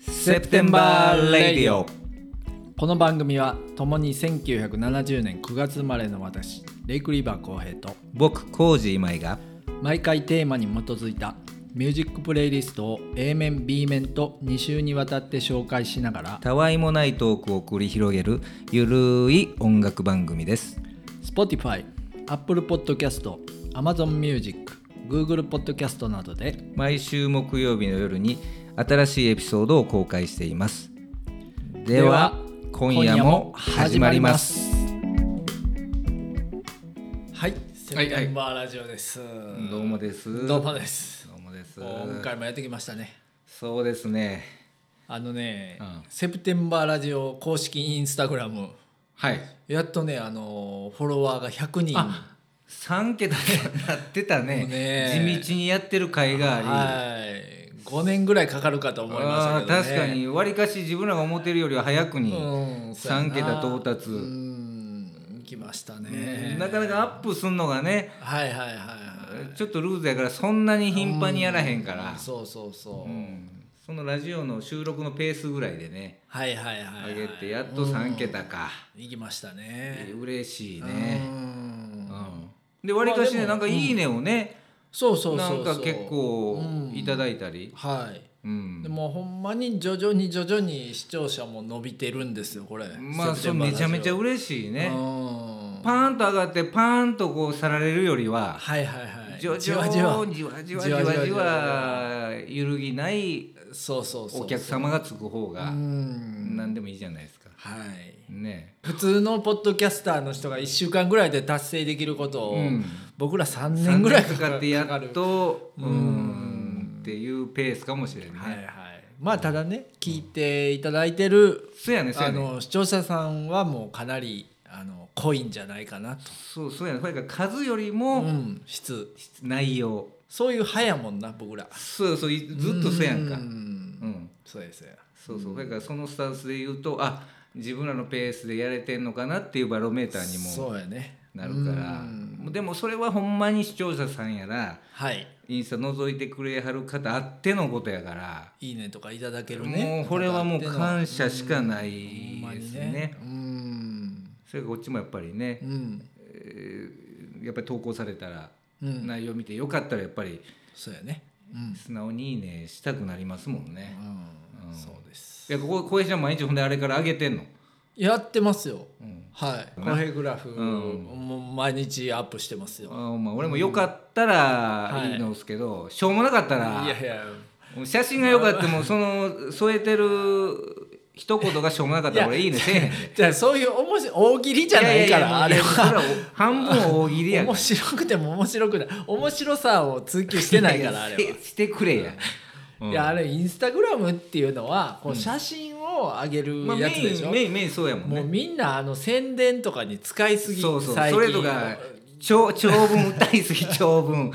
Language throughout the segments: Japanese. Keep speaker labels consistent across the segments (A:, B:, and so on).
A: セプテンバーレディオ
B: この番組は共に1970年9月生まれの私レイク・リーバー浩平と
A: 僕コージ今井が
B: 毎回テーマに基づいたミュージックプレイリストを A 面 B 面と2週にわたって紹介しながら
A: たわいもないトークを繰り広げるゆるい音楽番組です
B: Spotify、Apple Podcast、Amazon Music、Google Podcast などで
A: 毎週木曜日の夜に新しいエピソードを公開していますでは今夜も始まります
B: はい、セプテンバーラジオです、
A: どうもです
B: どうもです
A: どうもです
B: もう今回もやってきましたね
A: そうですね
B: あのね、
A: うん
B: セプテンバーラジオ公式インスタグラム
A: はい
B: やっとねあのフォロワーが100人
A: 3桁になってたね
B: もうね
A: 地道にやってる甲斐があり
B: はい5年ぐらいかかるかと思いま
A: あ
B: し
A: ー
B: た
A: 確
B: けど、ね、
A: かにわりかし自分らが思ってるよりは早くに
B: うん
A: 3桁到達、
B: うん来ましたね
A: なかなかアップすんのがね
B: はいはいはいはい
A: ちょっとルーズやからそんなに頻繁にやらへんから、
B: そうそうそう、
A: うんそのラジオの収録のペースぐらいでね
B: はいはいはい、はい、
A: 上げてやっと3桁か、
B: 行きましたね
A: 嬉しいうね、
B: ん
A: うんでわりかしね、
B: まあでも
A: なんか「いいね」をね、
B: そうそう
A: な
B: そ
A: ん
B: うそう
A: か結構いただいたり、
B: はい
A: うん
B: でもほんまに徐々に徐々に視聴者も伸びてるんですよこれ
A: まあそれめちゃめちゃ
B: う
A: 嬉しいね、
B: ん
A: パーンと上がってパーンとこう去られるよりは
B: はいはいはい
A: じわじわ
B: じ
A: じわ
B: わ
A: じわじわじわ
B: じわじ
A: 揺るぎない
B: そうそうそう
A: お客様がつく方が
B: うん
A: 何でもいいじゃないですか。
B: はい
A: ね
B: 普通のポッドキャスターの人が1週間ぐらいで達成できることを、
A: うん
B: 僕ら3
A: え。
B: 年ぐらい
A: か
B: か
A: か
B: か
A: ってや
B: かか
A: っ
B: る
A: とうんっていうペースかもしれな
B: はい
A: い
B: は
A: ね。
B: いまあただね聞いていただいてる、
A: そうやねそう
B: あ
A: やね。
B: の視聴者さんはもうかなりあの濃いんじゃないかなと、
A: そうそうやね。これから数より
B: う
A: も
B: ん、質
A: 内容。
B: そういう派やもんな僕ら
A: そうそういずっとそうやんか。
B: う
A: うんん。
B: そうですよ
A: そうそう。だからそのスタンスで言うとあ自分らのペースでやれてんのかなっていうバロメーターにも。
B: そうやね
A: なるから
B: うん
A: でもそれはほんまに視聴者さんやら
B: はい
A: インスタ覗いてくれはる方あってのことやから、
B: いいねとかいただけるね
A: もうこれはもう
B: とかあっての
A: 感謝しかない
B: ほんま
A: です
B: に
A: ね
B: ねうん
A: それからこっちもやっぱりね
B: う、ん
A: やっぱり投稿されたら、
B: うん
A: 内容見てよかったらやっぱり
B: そうやねうん、
A: 素直に「いいね」したくなりますもんね、
B: うんそうで
A: い
B: す
A: やここ小平ちゃん毎日ほんであれから上げてんの、
B: やってますよ
A: うん
B: はい公平グラフ、
A: うん
B: もう毎日アップしてますよ
A: あまあ、俺もよかったらいいのですけど、しょうもなかったら
B: いやいや
A: もう写真が良かってもその添えてる一言がしょうもなかったら俺いいねせえへんで
B: じゃあそういう面白い大喜利じゃないからあれは
A: それ半分大喜利やから
B: 面白くても面白くない面白さを追求してない からあれは。
A: せしてくれや、うん
B: いやあれインスタグラムっていうのはこう写真を上げる
A: まあ、
B: や
A: メ
B: つでし
A: イ
B: ょ、
A: ンメインメインそうやもん
B: もう
A: ね
B: みんなあの宣伝とかに使いすぎ
A: そうそう
B: 最
A: そ
B: 近
A: れとか長長文 歌いすぎ長文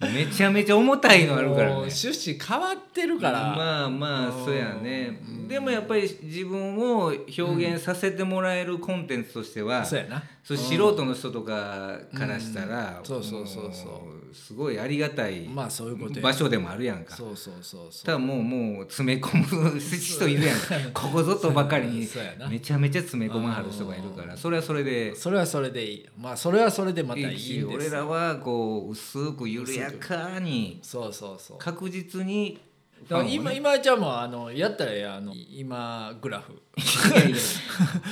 A: めちゃめちゃ重たいのあるから
B: もう
A: ね
B: 趣旨変わってるから、
A: まあまあそうやねでもやっぱり自分を表現させてもらえるコンテンツとしては、
B: そうやな
A: そう素人の人とかからしたら、
B: うんそうそうそうそう
A: もうすごいありがたい
B: まあそういうことや
A: 場所でもあるやんか、
B: そうそうそうそう
A: ただもうもう詰め込む人いるやんかここぞとばかりに
B: そうやな
A: めちゃめちゃ詰め込まはる人がいるからそれはそれで
B: それはそれでいいまあそれはそれでまたいいん
A: いい
B: です
A: し
B: よ
A: 俺らはこう薄く緩やかに
B: そうそうそう
A: 確実に
B: だか
A: フ
B: ら
A: ァンを
B: 今
A: ね
B: 今井ちゃんもあのやったらええやんあの今グラフ
A: いやいや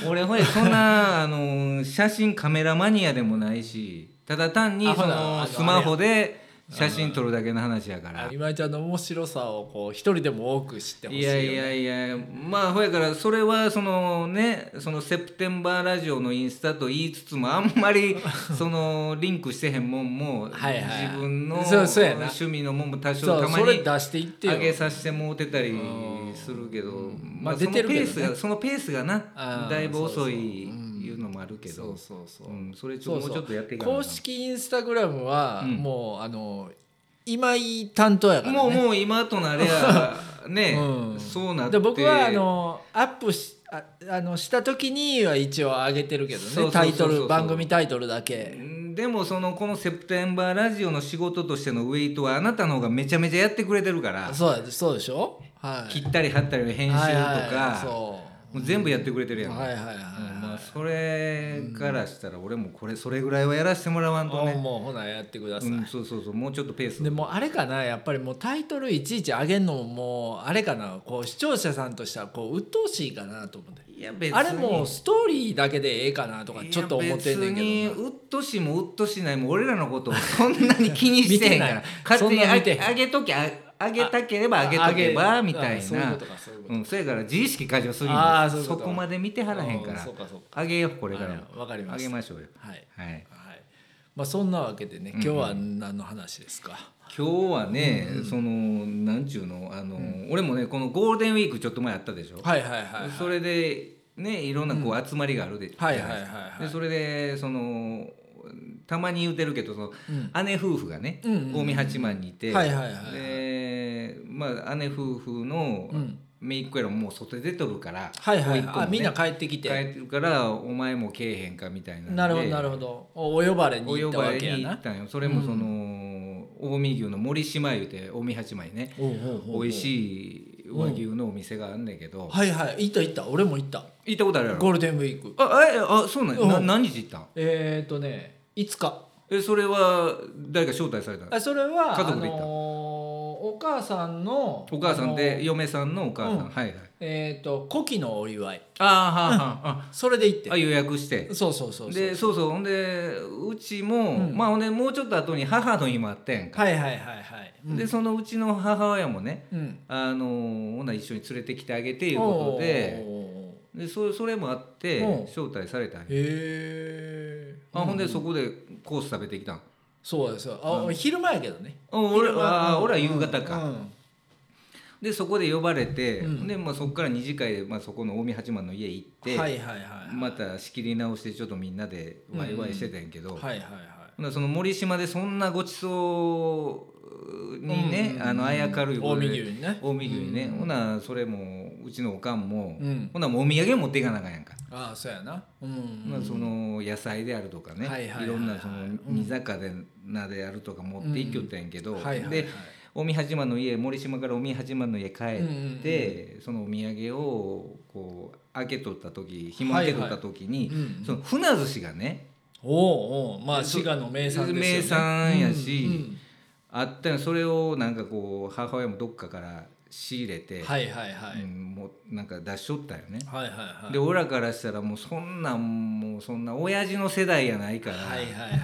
A: 俺ほれそんなあの写真カメラマニアでもないしただ単に
B: あほ
A: そ
B: なあ
A: の
B: の
A: スマホで写真撮るだけの話やから
B: 今井ちゃんの面白さをこう一人でも多く知ってほし
A: い
B: いよ、
A: や
B: ね、
A: いやいやまあほやからそれはそのねそのセプテンバーラジオのインスタと言いつつもあんま りそのリンクしてへんもんも
B: はいはい
A: 自分の
B: そうそうやな
A: 趣味のもんも多
B: そ
A: 少
B: う
A: たま
B: それ
A: に
B: 出していってよ
A: 上げさせてもうてたりするけど、ま
B: ま
A: あ
B: あ出てるけどね
A: そのペースがそのペースが
B: あ
A: な
B: ー
A: だいぶ遅い
B: そうそううん
A: いうのもあるけ
B: そ
A: ど
B: うそうそう、
A: うんそれち
B: そ
A: ょ
B: う
A: も
B: そうう
A: ちょっとやっていかな
B: 公式インスタグラムは
A: うん
B: もう、あの今井担当やから、ね、
A: もうもう今となれやね、
B: うん
A: そうなって
B: で僕はあのアップしああのした時には一応上げてるけど
A: そうそうそうそう
B: ねタイトル番組タイトルだけ
A: でもそのこのセプテンバーラジオの仕事としてのウェイトはあなたの方がめちゃめちゃやってくれてるから
B: そうやそうでしょはい
A: 切ったり貼ったり編集と
B: はいはいはい
A: か
B: そ
A: もう全部やってくれてる
B: う
A: やん、
B: はいはいはい
A: うんまあ、
B: は
A: それからしたら俺もこれそれぐらいはやらせてもらわんと
B: い、
A: ね、
B: もうほなやってください、
A: うん、そうそうそうもうちょっとペース
B: でもあれかなやっぱりもうタイトルいちいち上げんのももうあれかなこう視聴者さんとしてはこう鬱陶しいかなと思って
A: いや別に
B: あれもうストーリーだけでええかなとかちょっと思ってんねん
A: いや
B: け
A: 別
B: どな
A: にうっとしもうっとしないも俺らのことを そんなに気にしてへんから
B: 見てない
A: 勝手に
B: そんな
A: あ
B: 見てへ
A: げ
B: ん
A: あげときゃあげたければあげとけばみた
B: あ
A: い
B: そういう
A: な
B: ことかそういうこと
A: うん、そやから自意識過剰すぎる
B: あーそう
A: そ
B: いうこと
A: こまで見てはらへんか
B: あー
A: ら
B: そうかそう
A: あげようこれからも
B: はいわかりま
A: あ
B: した
A: げましょうよ
B: はい
A: はい
B: はいまあそんなわけでね今日は何の話ですか、
A: 今日はね、そのなんちゅうのあの、俺もねこのゴールデンウィークちょっと前あったでしょ、
B: はいはいはいはい
A: それでねいろんなこう集まりがあるで、
B: はいはいはいはい
A: でそれでそのたまに言うてるけどその、姉夫婦がね
B: うんうんうん
A: 近江八幡にいて、
B: はいはいはいはい
A: でまあ姉夫婦の
B: うん
A: 姪っ子やらももう外出とるから、
B: はいはい
A: 甥っ
B: は
A: 子も
B: いあ
A: ね
B: みんな帰ってき
A: 帰
B: て
A: ってるからお前もけえへんかみたいなんで
B: なるほどなるほどおお呼ばれに
A: お
B: 行
A: 呼
B: った
A: ば
B: わ
A: れ
B: けや
A: に行
B: な
A: ったんよそれもその近江牛の森島いうて近江八幡にね
B: おうおうおうおう
A: 美味しい和牛のお店があるんだけど
B: はいはい行った行った俺も行った
A: 行ったことあるやろ
B: ゴールデンウィーク
A: あえあそうなんやな
B: うん
A: 何日行ったん
B: えっ、ー、とね5日
A: えそれは誰か招待されたの
B: あそれは
A: 家族で行っ
B: あ
A: た
B: のーお母さんの
A: お母さん
B: あの
A: で
B: ー
A: 嫁さんのお母さん、
B: うん
A: はいはい
B: えっ、と古希のお祝い
A: ああはあは
B: それで行って
A: ああ予約して
B: そうそうそうそう
A: でそうそうほんでうちも、
B: うん
A: まあほんでもうちょっと後に母の日もあったやんか、
B: はいはいはいはいうん
A: でそのうちの母親もね
B: うん
A: あのーほな一緒に連れてきてあげていうことで
B: おうおうおうおう
A: でそそれもあって
B: うん
A: 招待されたんよ
B: へえ
A: あほんでそこでコース食べてきたん
B: そうですあ、俺昼間やけどね
A: あ俺
B: 昼
A: あ
B: 間
A: ー
B: うん
A: 俺は夕方か、
B: うん
A: でそこで呼ばれて、
B: うん
A: で、まあ、そこから2次会で、まあ、そこの近江八幡の家行って、
B: はいはいはい
A: また仕切り直してちょっとみんなでワイワイしてたんやけど、
B: はいはいはい
A: ほなその森島でそんなごちそうにね、
B: うん
A: あのあやかるいうこ
B: 近
A: と
B: 江
A: で
B: 牛にね
A: 近江牛にね、ほなそれもうちのおかんも、
B: うん
A: ほなもうお土産持っていかなあかんやんか。
B: ああそうやなうん
A: ほなその野菜であるとかね、
B: はいはいはいはい
A: ろんなその
B: うん
A: 煮魚であるとか持っていきよったんやけど、
B: はいはいはい
A: で近江八幡の家森島から近江八幡の家帰って、そのお土産をこう開けとった時紐開けとった時に、
B: はいはいうんうん
A: その船寿司がね
B: おうおうまあ滋賀の名産ですよね
A: 名産やし
B: うんうん
A: あったのそれをなんかこう母親もどっかから仕入れて、
B: はいはいは
A: う
B: い
A: んもうなんか出しとったよね。
B: はいはいはい
A: で俺らからしたらもうそんなんもうそんな親父の世代やないから、
B: はいはいはいはい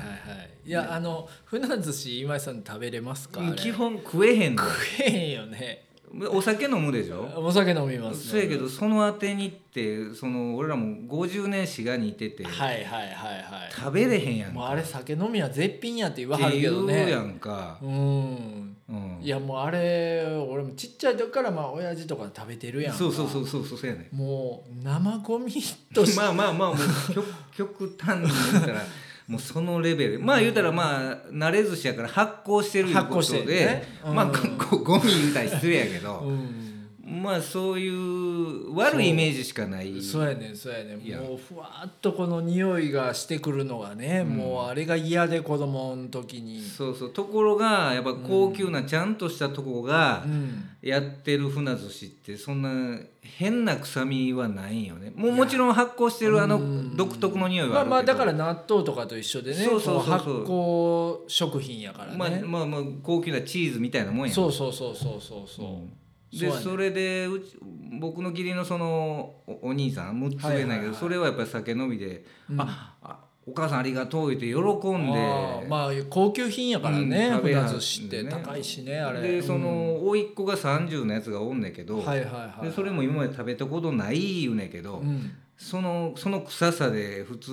B: いやあの船寿司今井さん食べれますかあれ
A: 基本食えへ んの
B: 食えへんよね
A: お酒飲むでしょ
B: お酒飲みます
A: そうやけどそのあてにってその俺らも50年滋賀にいてて、
B: はいはいはいは
A: 食べれへんや
B: い
A: ん
B: もう
A: か
B: あれ酒飲みは絶品やって言わは
A: っ
B: る
A: て
B: け
A: 言
B: ど
A: うやん
B: ね
A: か、
B: うん
A: うん
B: いやもうあれ俺もちっちゃい時からまあ親父とか食べてるやんか
A: そうそうそうそうそうそうやね
B: もう生ゴミと して
A: まあまあまあもう極 極端に言ったらもうそのレベルまあ言うたらまあ慣れ寿司やから発酵してるいう
B: 発
A: こ
B: 酵
A: と
B: して
A: で、
B: るねうん
A: まあごごゴミ言うたら失礼やけど、
B: うん
A: まあそういう悪いイメージしかない
B: そうやねんそうやねん
A: いや
B: もうふわっとこの匂いがしてくるのがね、もうあれが嫌で子供の時に
A: そうそうところがやっぱ高級なちゃんとしたとこが
B: うん
A: やってる船寿司ってそんな変な臭みはないんよねもうもちろん発酵してるあの独特の匂いは
B: ま
A: あ
B: あ
A: るけど
B: まあだから納豆とかと一緒でね
A: そうそうそうそう
B: こう発酵食品やからね、
A: まあまあまあ高級なチーズみたいなもんやん
B: そうそうそうそうそうそう、
A: うん
B: そう
A: で
B: やね
A: それでうち僕の義理のそのおお兄さん6つ
B: はい
A: 上
B: はい
A: な
B: はい
A: んやけどそれはやっぱり酒飲みで「
B: うん
A: ああお母さんありがとう」言って喜ん
B: ああ
A: で。
B: まあ高級品やからね、
A: うん食べは
B: 船
A: ん
B: 寿司って
A: ね
B: 高いしねあれ
A: でその甥っ子が30のやつがおんねんけ
B: うん
A: ど
B: はいはいはい
A: でそれも今まで食べたことない言うねんけど
B: うん、
A: そのその臭さで普通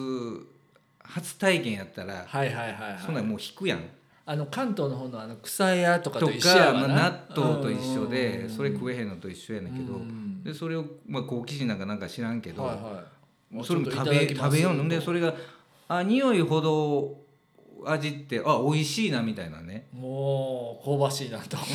A: 初体験やったら
B: はいはいはい
A: そん
B: は
A: ないんもう引くやん
B: あの関東の方のあの草屋とか
A: と
B: と一緒や
A: か
B: わ
A: まあ
B: な
A: 納豆と一緒
B: うん
A: でそれ食えへんのと一緒やねんけ
B: う
A: ど
B: ん
A: でそれをまあ好奇心なんかなんか知らんけど
B: はいはい
A: それも
B: ちょ
A: 食
B: っといただ
A: べ
B: きま
A: 食
B: す
A: べようのでそれがあ匂いほど味ってあ美味しいなみたいなね
B: もう香ばしいなと思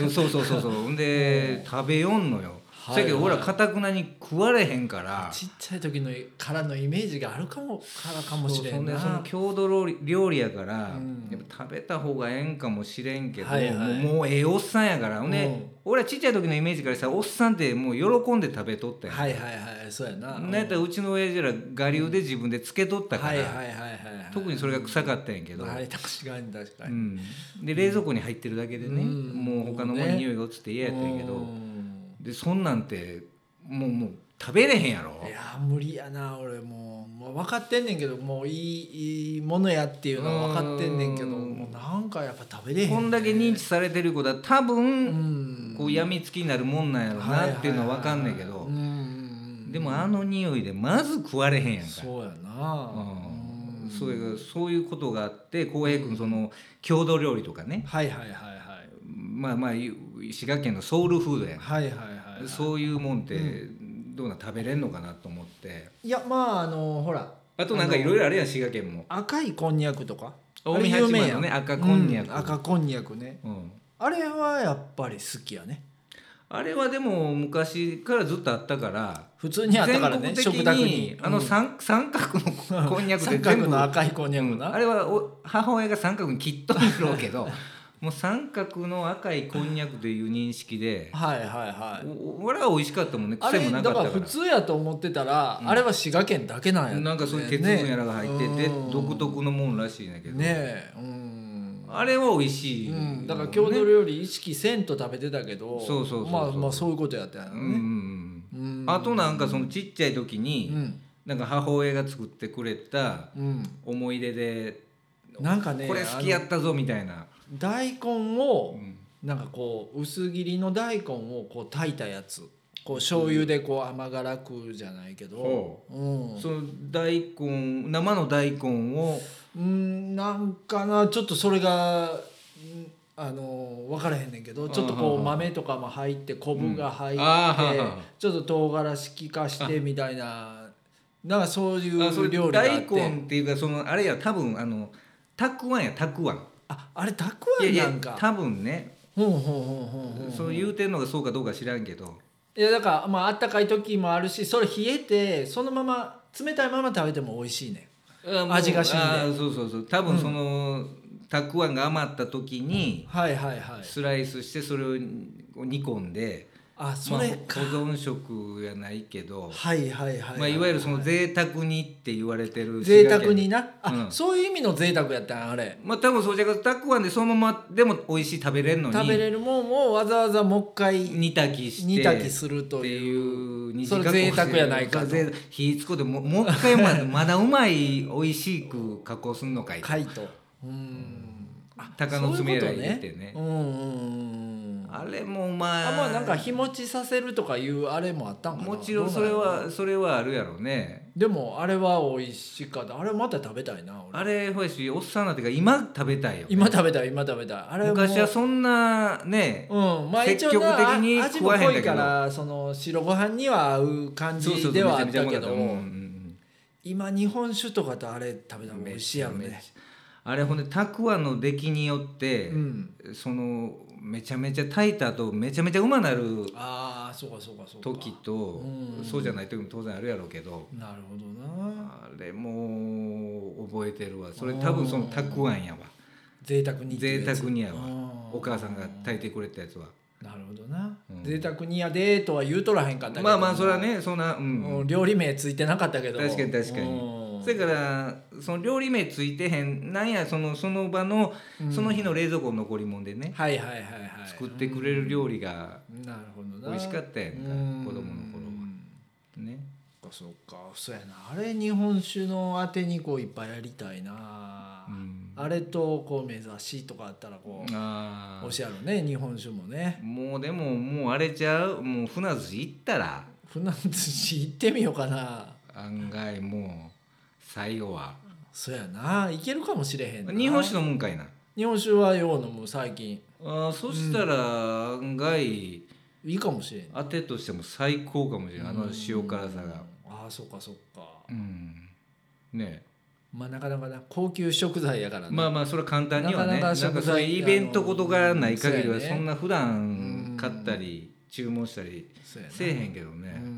B: う
A: うんそうそうそうそうほんで食べよんのよ
B: はい
A: そやけど俺はかたくなに食われへんから
B: ちっちゃい時のからのイメージがあるかもからかもしれんな
A: そうそんでその郷土料理料理やから、
B: うん
A: やっぱ食べた方がええんかもしれんけど、
B: はいはい
A: もうもうええおっさんやから、ほんで
B: うん
A: 俺はちっちゃい時のイメージからさおっさんってもう喜んで食べとったやん、
B: はいはいはいそうやな
A: なんやったらうちの親父ら我流で自分でつけとったから、
B: はいはいはいはいはい
A: 特にそれが臭かったんやけど、
B: はい確かに確か
A: う
B: に、
A: ん、で冷蔵庫に入ってるだけでね、
B: うん
A: もう他のもん
B: も
A: に
B: うね
A: 匂いが移って嫌やったんやけど、
B: うん
A: でそんなんてもうもう食べれへんやろ
B: いやー無理やな俺もう、もう分かってんねんけどもういいいいものやっていうのは分かってんねんけど
A: うん
B: もうなんかやっぱ食べれへんね
A: こんだけ認知されてる子だ多分、
B: うん
A: こうやみつきになるもんなんやろなっていうのは分かんねんけど
B: うんうんうん
A: でもあの匂いでまず食われへんやんか
B: そうやな
A: うん
B: うん
A: それがそういうことがあって浩平君その郷土料理とかね
B: はいはいはいはい
A: まあまあいう滋賀県のソウルフードやん
B: はいはいはいはい
A: そういうもんってどうなん食べれんのかなと思って
B: いやまああのほら
A: あとなんかいろいろあるやん滋賀県も
B: 赤いこんにゃくとか
A: 近江
B: あれ有
A: 八
B: 名
A: 幡
B: や
A: の
B: ん
A: ね赤こんにゃ
B: う赤
A: く
B: こんにゃくね
A: うん
B: あれはやっぱり好きやね
A: あれはでも昔からずっとあったから
B: 普通にあった
A: 全
B: から
A: 国
B: ね
A: 的
B: 食卓
A: に
B: に
A: あの三三角のこんにゃくって
B: 三
A: 全
B: 角
A: 部
B: の赤いこんにゃくな、
A: あれはお母親が三角に切っとるやろうけ どもう三角の赤いこんにゃくという認識で
B: はいはいはい
A: お俺は美味しかったもんね
B: あ
A: 癖
B: れ
A: もな
B: だ
A: か
B: か
A: ったからら
B: 普通やと思ってたら、
A: うん
B: あれは滋賀県だけなんや
A: なんかそういう鉄分やらが入ってて、
B: うん
A: 独特のもんらしいんだけど、
B: ねえうん
A: あれは美味しい、
B: うん、だから郷土料理意識せんと食べてたけど
A: そうそうそうそう
B: まあまあそういうことやったよ
A: うんうんう
B: ね、
A: ん
B: うん
A: あとなんかそのちっちゃい時
B: う
A: に、
B: ん
A: なんか母親が作ってくれた
B: うん
A: 思い出で、
B: なんかね
A: これ好きやったぞみたいな、
B: あの大根を
A: うん
B: なんかこう薄切りの大根をこう炊いたやつこう醤油でこう甘辛くじゃないけど
A: ほ、
B: うん
A: その大根生の大根を
B: うんなんかなちょっとそれがうんあの分からへんねんけどちょっと
A: うんう
B: こ
A: んう
B: うん豆とかも入って昆布が入って、
A: うんあーはいはいはい
B: ちょっと唐辛子効かしてみたいななんかそうい
A: あそうれ
B: 料理があっ
A: 大根
B: て
A: っていうかそのあれや多分あのたくあんやたくあん
B: ああれたく
A: い
B: あ
A: や
B: ん
A: い
B: な
A: や
B: んか
A: 多分ね
B: ほんほんほんほんほん
A: そう言うてんのがそうかどうか知らんけど
B: いやだからまああったかい時もあるしそれ冷えてそのまま冷たいまま食べても美味しいねもう味が染みて
A: あーそうそうそう多分その、たくあんが余った時に
B: はいはいはい
A: スライスしてそれを煮込んで、
B: あそれか、
A: まあ、保存食やないけど、
B: はいはいはい、
A: まあ、いわゆるその贅沢にって言われてる
B: 贅沢になあ、
A: うん
B: そういう意味の贅沢やったんあれ
A: まあ多分そうじゃなくてたくあんでそのままでも美味しい食べれるのに
B: 食べれるもんをわざわざもう一回
A: 煮炊きして
B: 煮炊きすると
A: って
B: いう
A: いう二次
B: それ
A: 加工して
B: 贅沢やないかと
A: それ贅沢火つこでももう一回ま だまだうまい美味しく加工すんのかい
B: 回とうん
A: 鷹の爪やら入れてね
B: そういうことうんうんうんあ
A: あれもまあ
B: あまあなんか日持ちさせるとかいうあれもあったんかな
A: もちろん
B: ど
A: そう
B: な
A: れ
B: やろ
A: はそれはあるやろうね
B: でもあれは美味しかったあれまた食べたいな俺
A: あれほやしおっさんなんていうか今食べたいよね、
B: 今食べたい今食べたいあれも
A: 昔はそんなね
B: うんまあ、
A: 積
B: 一応
A: 極
B: な
A: 的に
B: あ味も
A: 食わへんだ
B: 濃
A: け
B: い
A: ど
B: からその白ご飯には合う感
A: そうそう
B: じ
A: そ
B: で
A: う
B: はあっ
A: めちゃ
B: た
A: めち
B: け
A: ゃうまかった
B: ど
A: うんうん
B: 今日本酒とかとあれ食べた
A: うん
B: ら美味しいやろ
A: めちゃ
B: ね
A: めちゃあれほんでたくあんの出来によって、
B: うん
A: そのめちゃめちゃ炊いた後めちゃめちゃうまなる
B: ああそうかそうかそうか
A: 時と
B: うん
A: そうじゃない時も当然あるやろうけど
B: なるほどな
A: あれもう覚えてるわそれ多分そのたくあんやわ
B: 贅沢にっていう
A: 贅
B: やつ
A: 沢にや
B: あ
A: わ
B: ー
A: お母さんが炊いてくれたやつは
B: なるほどな、
A: うん
B: 贅沢にやでとは言うとらへんかったけど
A: まあまあそれはねそんなう
B: うんん料理名ついてなかったけど
A: 確かに確か
B: う
A: に
B: ん
A: それからその料理名ついてへんなんやそのその場の
B: うん
A: その日の冷蔵庫の残り物でね
B: はいはいはいはい
A: 作ってくれる料理が
B: うんなるほどな
A: 美味しかったやんか
B: うん
A: 子供の頃はね
B: そっかそっかそうやなあれ日本酒のあてにこういっぱいやりたいな、
A: うん
B: あれとこう目指しとかあったらこう、
A: あ
B: お
A: ー
B: しゃろね日本酒もね
A: もうでももうあれちゃうもう船寿司行ったら
B: 船寿司行ってみようかな
A: 案外もう最後は
B: そうやないけるかもしれへんな
A: 日本酒のもんかいな
B: 日本酒はよう飲む最近
A: あーそしたら案外
B: いいかもしれん
A: 当てとしても最高かもしれないあの塩辛さが
B: ああそっかそっか
A: うんね
B: まあなかなかな高級食材やからな
A: まあまあそれは簡単にはね
B: なか
A: な
B: なか食
A: ん
B: 材
A: かそういうイベントごとがない限り
B: あ
A: は
B: の
A: そんな普
B: う
A: 段
B: ん
A: 買ったり注文したり
B: そうやな
A: せえへんけどね、
B: うん
A: う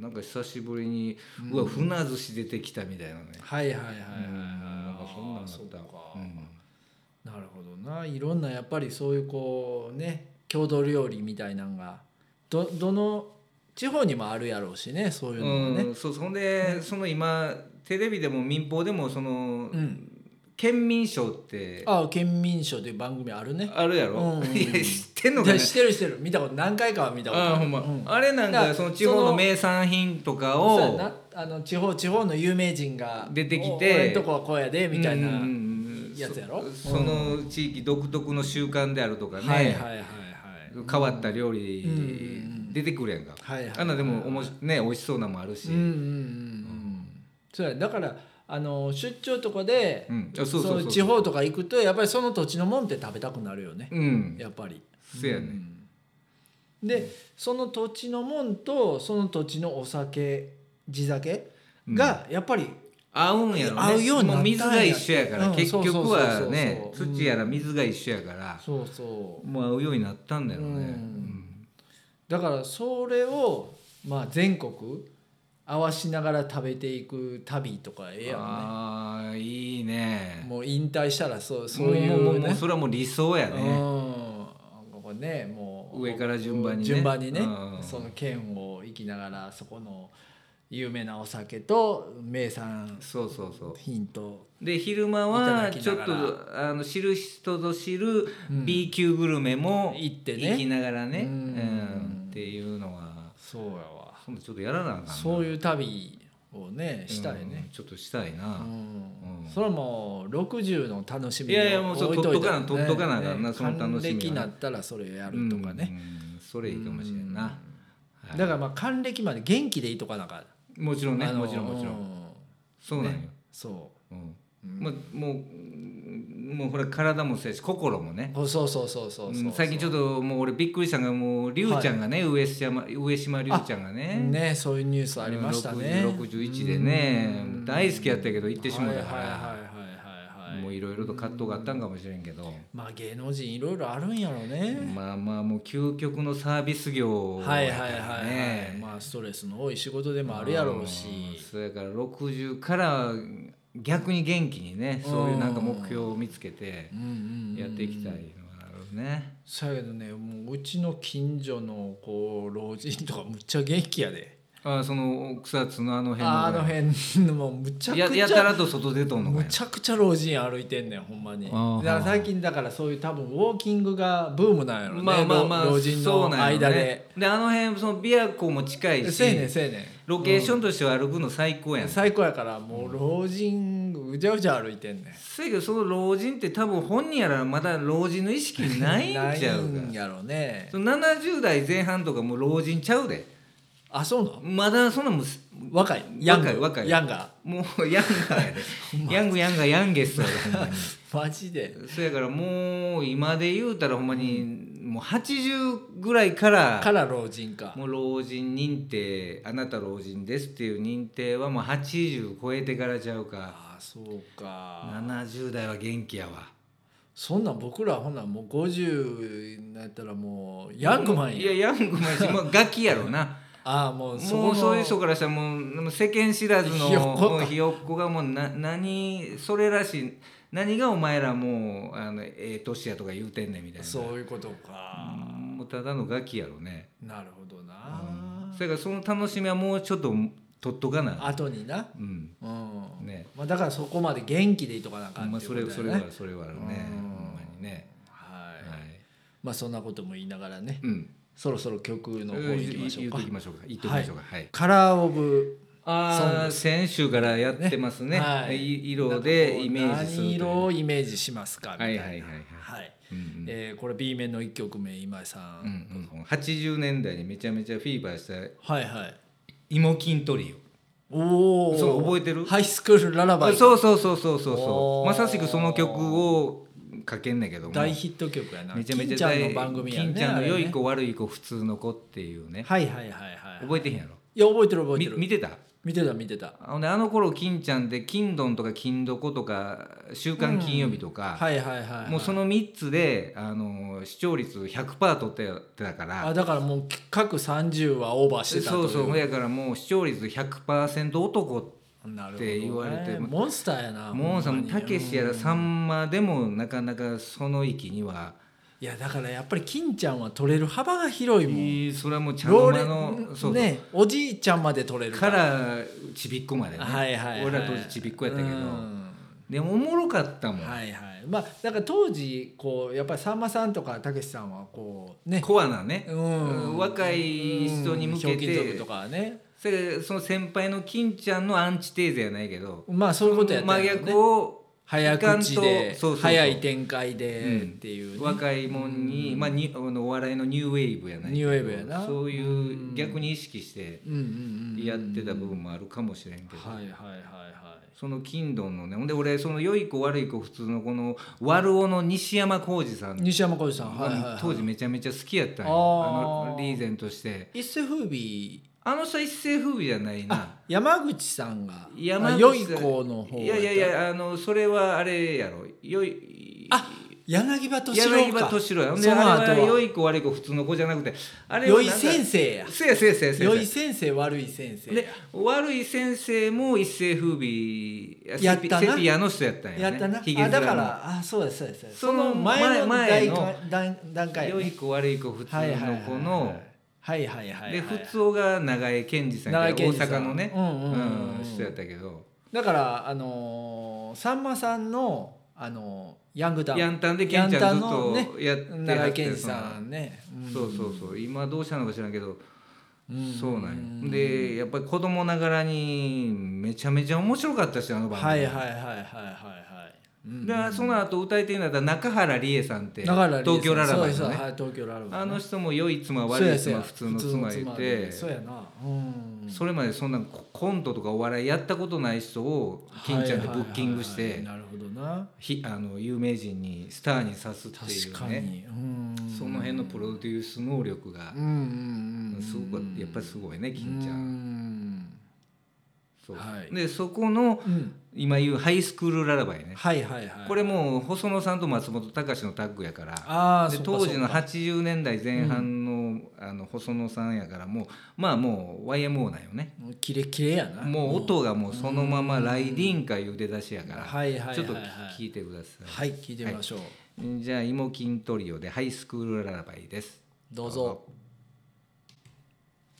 A: んなんか久しぶりに、うわ船寿司出てきたみたいなね、
B: はいはいはいはいはい
A: なんかそんなんだ
B: あー
A: った
B: そうか
A: うん
B: なるほどないろんなやっぱりそういうこうね郷土料理みたいなんがどどの地方にもあるやろうしねそういうのが
A: う
B: ね
A: ん、そうそんで、その今テレビでも民放でもその、
B: うん、
A: 県民賞って
B: ああ県民賞という番組あるね
A: あるやろ、
B: うんうんうん
A: いや 知ってんの
B: い
A: か
B: や
A: ね
B: 知ってる知ってる見たこと何回かは見たこと
A: あーほんま、
B: うん
A: あれなん
B: だか
A: からその地方
B: そ
A: の
B: の
A: 名産品とか
B: そうや
A: を
B: なあの地方地方の有名人が
A: 出てきて
B: お俺んとこはこうやでみたいな、
A: うんうんうん
B: やつやろ
A: そその地域独特の習慣であるとかね、
B: はいはいはいはい
A: 変わった料
B: うんうんう
A: 理
B: ん
A: 出てくるやんか、
B: はいはい
A: あんなでもおもし、ね、美味しそうなんもあるし、
B: うんうんうんうんそうやだからあの出張とかで、
A: うんあそうそうそう
B: の地方とか行くとやっぱりその土地のもんって食べたくなるよね、
A: うん
B: やっぱり。
A: せやね、
B: うんで、その土地のもんとその土地のお酒地酒がやっぱり、
A: 合うんやろね
B: 合うようになったんや
A: もう水が一緒やから、
B: うん
A: 結局はね
B: そうそうそうそううん
A: 土やら水が一緒やから、
B: そうそう
A: もう合うようになったんだよね、
B: うん
A: うん
B: だからそれを、まあ、全国合わしながら食べていく旅とかええやん
A: ああいい
B: ね
A: ね
B: もう引退したらそうそう
A: も
B: いう
A: もう
B: ね
A: もうそれはもう理想や
B: うん
A: ね、
B: ここねもう
A: 上から順番にね
B: 順番にね
A: うん
B: その県を行きながらそこの有名なお酒と名産
A: そうそうそう
B: 品と
A: で昼間
B: いただ
A: は
B: き
A: ちょ
B: な
A: っ
B: がら
A: とあの知る人ぞ知る
B: うん
A: B 級グルメも
B: 行ってね
A: 行きながらね、
B: う
A: うんんっていうのは
B: そうやわ
A: 今度ちょっとやらなあかんな
B: そういう旅をねしたい
A: うん
B: ね
A: ちょっとしたいうな、
B: ん
A: うん
B: それはもう60の楽しみ
A: いやいやもうそう
B: 置いいた
A: 取っとか
B: ら
A: な取っとかなあかんな
B: ね
A: その楽しみは
B: 還暦になったらそれやるとかね
A: うん、それいいかもしれんな、
B: だからまあ還暦まで元気でいいとかなんか
A: もちろんね
B: あの
A: もちろんもちろ
B: うん
A: そうなんよ、
B: そ
A: うんまあもううんもうほら体もそうやし心もね
B: うそうそうそうそうそう
A: うん最近ちょっともう俺びっくりしたのがもう龍ちゃんがね、上島上島龍ちゃんがね
B: ねそういうニュースありましたね
A: うん60 61でね大好きやったけど行ってしまう
B: はい
A: た
B: はい
A: か
B: はい
A: ら
B: はいはい
A: もういろいろと葛藤があったんかもしれんけど
B: まあ芸能人いろいろあるんやろね
A: まあまあもう究極のサービス業
B: はい
A: や
B: は
A: か
B: い
A: ら
B: はいはい
A: ね
B: まあストレスの多い仕事でもあるやろう
A: うん
B: し
A: それから60から逆に元気にねそういうなんか目標を見つけて
B: うんうんうん
A: やっていきたいのはあるね
B: そやけどねもううちの近所のこう老人とかむっちゃ元気やで
A: あその草津のあの辺の
B: ああの辺もうむちゃ
A: や
B: くち
A: やた
B: ゃ
A: らと外出とんのか
B: む
A: いな
B: ちゃくちゃ老人歩いてんねんほんまにだ
A: あー
B: から最近だからそういう多分ウォーキングがブームなんやろね
A: まあまあまあ
B: 老老人
A: そう
B: の
A: なんよね
B: 間で
A: であの辺その琵琶湖も近い
B: せえねん
A: し
B: せえねん
A: ロケーションとしては歩くの最高やん、
B: 最高やからもう老人うじゃうじゃ歩いてんねん
A: せやけどその老人って多分本人やらまだ老人の意識ないんちゃう
B: ないん
A: か
B: やろね
A: その70代前半とかもう老人ちゃうで
B: あそうなの
A: まだそんなもんす
B: 若いヤング
A: 若い若い
B: ヤンガ
A: もうヤンガーやでヤングヤンガーヤンゲストやでほんまに
B: マジで
A: そやからもう今で言うたらほんまにもう80ぐらいから
B: から老人か
A: もう老人認定あなた老人ですっていう認定はもう80超えてからちゃうか
B: ああそうか
A: 70代は元気やわ
B: そんなん僕らほんなんもう50になったらもうヤングマン
A: い
B: や
A: やヤングマンやしもうガキやろ な
B: ああもう
A: もうそういう人
B: が
A: からしたらもうもう世間知らずの
B: ひよっこか
A: もうひよっこがもうな何それらしい何がお前らもうあのええ年やとか言うてんねんみたいな
B: そういうことか
A: もうただのガキやろね
B: なるほどな
A: それからその楽しみはもうちょっと取っとかな
B: 後にな
A: うん
B: うん
A: ね
B: まあだからそこまで元気でいいとかなんか
A: まあ
B: っていう
A: そ
B: こと
A: れ
B: だよ
A: それはそれはあ
B: ね
A: るね
B: うん
A: ほんまにね
B: はい
A: はい
B: まあそんなことも言いながらね
A: うん
B: そろそろ曲の方
A: 言
B: 行きましょ
A: 言
B: う
A: っ
B: か
A: ときましょうか言っときましょうかはい
B: カラーオブ
A: ああ先週からやってますね
B: はい
A: い色でイメージすると
B: 何
A: いう
B: 色をイメージしますかみたいな
A: はいはいはいはい
B: はい
A: うんうん
B: えーこれ B 面の1曲目今井さん、
A: うんうん80年代にめちゃめちゃフィーバーした
B: はいはい
A: 芋筋トリ
B: おお
A: そう覚えてる
B: ハイスクールララ
A: オ
B: バ
A: あ
B: イ
A: そうそうそうそうそう
B: お
A: そ
B: ー
A: うまさしくその曲をかけんねんけども
B: 大ヒット曲やな
A: めちゃめちゃ
B: 金ちゃん
A: 大
B: の番組やね
A: 金ちゃんの良い
B: あ
A: 子悪い子普通の子っていう
B: れね
A: ね
B: はいはいはいはい
A: 覚えてへんやろ
B: いいや覚えてる覚えて
A: み
B: る
A: 見てた
B: 見てた見てた
A: あのねあの頃金ちゃんって金どんとか金どことか「週刊金曜日」とか、
B: はいはいはいはい、
A: もうその3つであの視聴率100%取ってたから
B: あだからもう各30はオーバーしてたと
A: そ
B: い
A: ううそうだからもう視聴率100%男
B: なる
A: っ
B: ほど、
A: て言われて
B: モンスターやな
A: もうさ
B: ほんまに
A: たけしや
B: う
A: ら
B: ん
A: さんまでもなかなかその域にはい
B: やだからやっぱり金ちゃんは取れる幅が広いもん、
A: いいそれはもう茶の
B: ロー
A: 間
B: レ
A: のそうそう
B: ねおじいちゃんまで取れる
A: からちびっこまでね
B: はいはいはい、
A: 俺ら当時ちびっこやったけど
B: うん
A: でもおもろかったもん
B: はいはいまあだから当時こうやっぱりさんまさんとかたけしさんはこうね
A: コアなね
B: うん
A: 若い人に向け
B: うんひょうきん族
A: て
B: とかはね
A: それその先輩の金ちゃんのアンチテーゼやないけど
B: まあそういうことやったん
A: 真
B: やろね
A: 逆を
B: 早口
A: いかん
B: で
A: とそうそうそう
B: 早い展開でっ
A: うん
B: ていうね、
A: 若いもんに、まあ、にあのお笑いのニューウェーブやないけど
B: ニューウェーブやな
A: そういううん逆に意識して
B: うんうんうん
A: やってた部分もあるかもしれんけど、
B: はいはいはいはい
A: その金ドンのねほんで俺その良い子悪い子普通のこの悪男の西山浩二さん
B: 西山浩二さん、はいはいはい、
A: 当時めちゃめちゃ好きやったんよ
B: あ
A: あ
B: ー
A: のリーゼントして
B: 一世風靡
A: あの人は一世風靡じゃないな
B: 山口さんが
A: 山口さん
B: あ良い子の方
A: いやいやいやあのそれはあれやろ良い
B: あ柳葉敏
A: 柳
B: 郎
A: 葉
B: か
A: 敏郎やほんで
B: その
A: あ
B: 後
A: れは良
B: はい
A: 子悪い子普通の子じゃなくてあれ
B: 良
A: はい
B: 先生や
A: そうやそうやそうやそうや
B: 良い先生悪い先生
A: で悪い先生も一世風靡
B: やったな
A: セピアの人やったんや、ね、
B: やったな、
A: ヒゲ
B: あ
A: 面の
B: だからあそうですそうですそうです
A: その前
B: 前の
A: 前
B: 段
A: の
B: 階段段階や
A: 良
B: ね
A: い子悪い子普通の子の
B: はいはいはいはいはいはいはい
A: で普通が長江健二さんや
B: 長
A: 大
B: 井健二さん
A: 阪のね
B: うんうんうんうん
A: うん人やったけど
B: だからあのーさんまさんのあのーヤングタウン
A: ヤンタンで健ちゃんずっと
B: ヤンタンの
A: やってはって
B: 長井健二さんね、ん
A: そのそうそうそう今どうしたのか知らんけど
B: うん
A: そうなんよでやっぱり子供ながらにめちゃめちゃ面白かったしあの番組
B: はいはいはいはいはいはいうん
A: でその後歌い手になった中原理恵さんって
B: だから
A: 東京ララバイ
B: そう
A: の
B: です
A: ね
B: はい東京ララバイね
A: あの人も良い妻悪い
B: そ
A: 妻
B: うやそうや
A: 普通の妻言っ
B: で
A: て
B: そうやなうん
A: それまでそんなココントとかお笑いやったことない人を金ちゃんでブッキングし
B: はいはい
A: て
B: はいはいなるほどな
A: ひあの有名人にスターにさすってい
B: 確
A: う
B: か
A: ね
B: にうん
A: その辺のプロデュース能力が
B: うんうんうん
A: すごくやっぱりすごいね金ちゃ。
B: うんん
A: そう
B: はい
A: でそこの
B: うん
A: 今言うハイスクールララバイね
B: はいはいはい
A: これもう細野さんと松本隆のタッグやから。
B: ああ
A: で
B: そっかそっ
A: 当
B: か
A: 時の80年代前半の,、あの細野さんやからもうまあもう YMO なんよね
B: もうキレキレやな
A: もう音がもうそのままライディーンかいう出だしやから、
B: はいはいはいはい
A: ちょっと聞いてください、
B: はい聞いてみましょう、
A: じゃあ「イモキントリオ」で「ハイスクールララバイ」です
B: どうぞ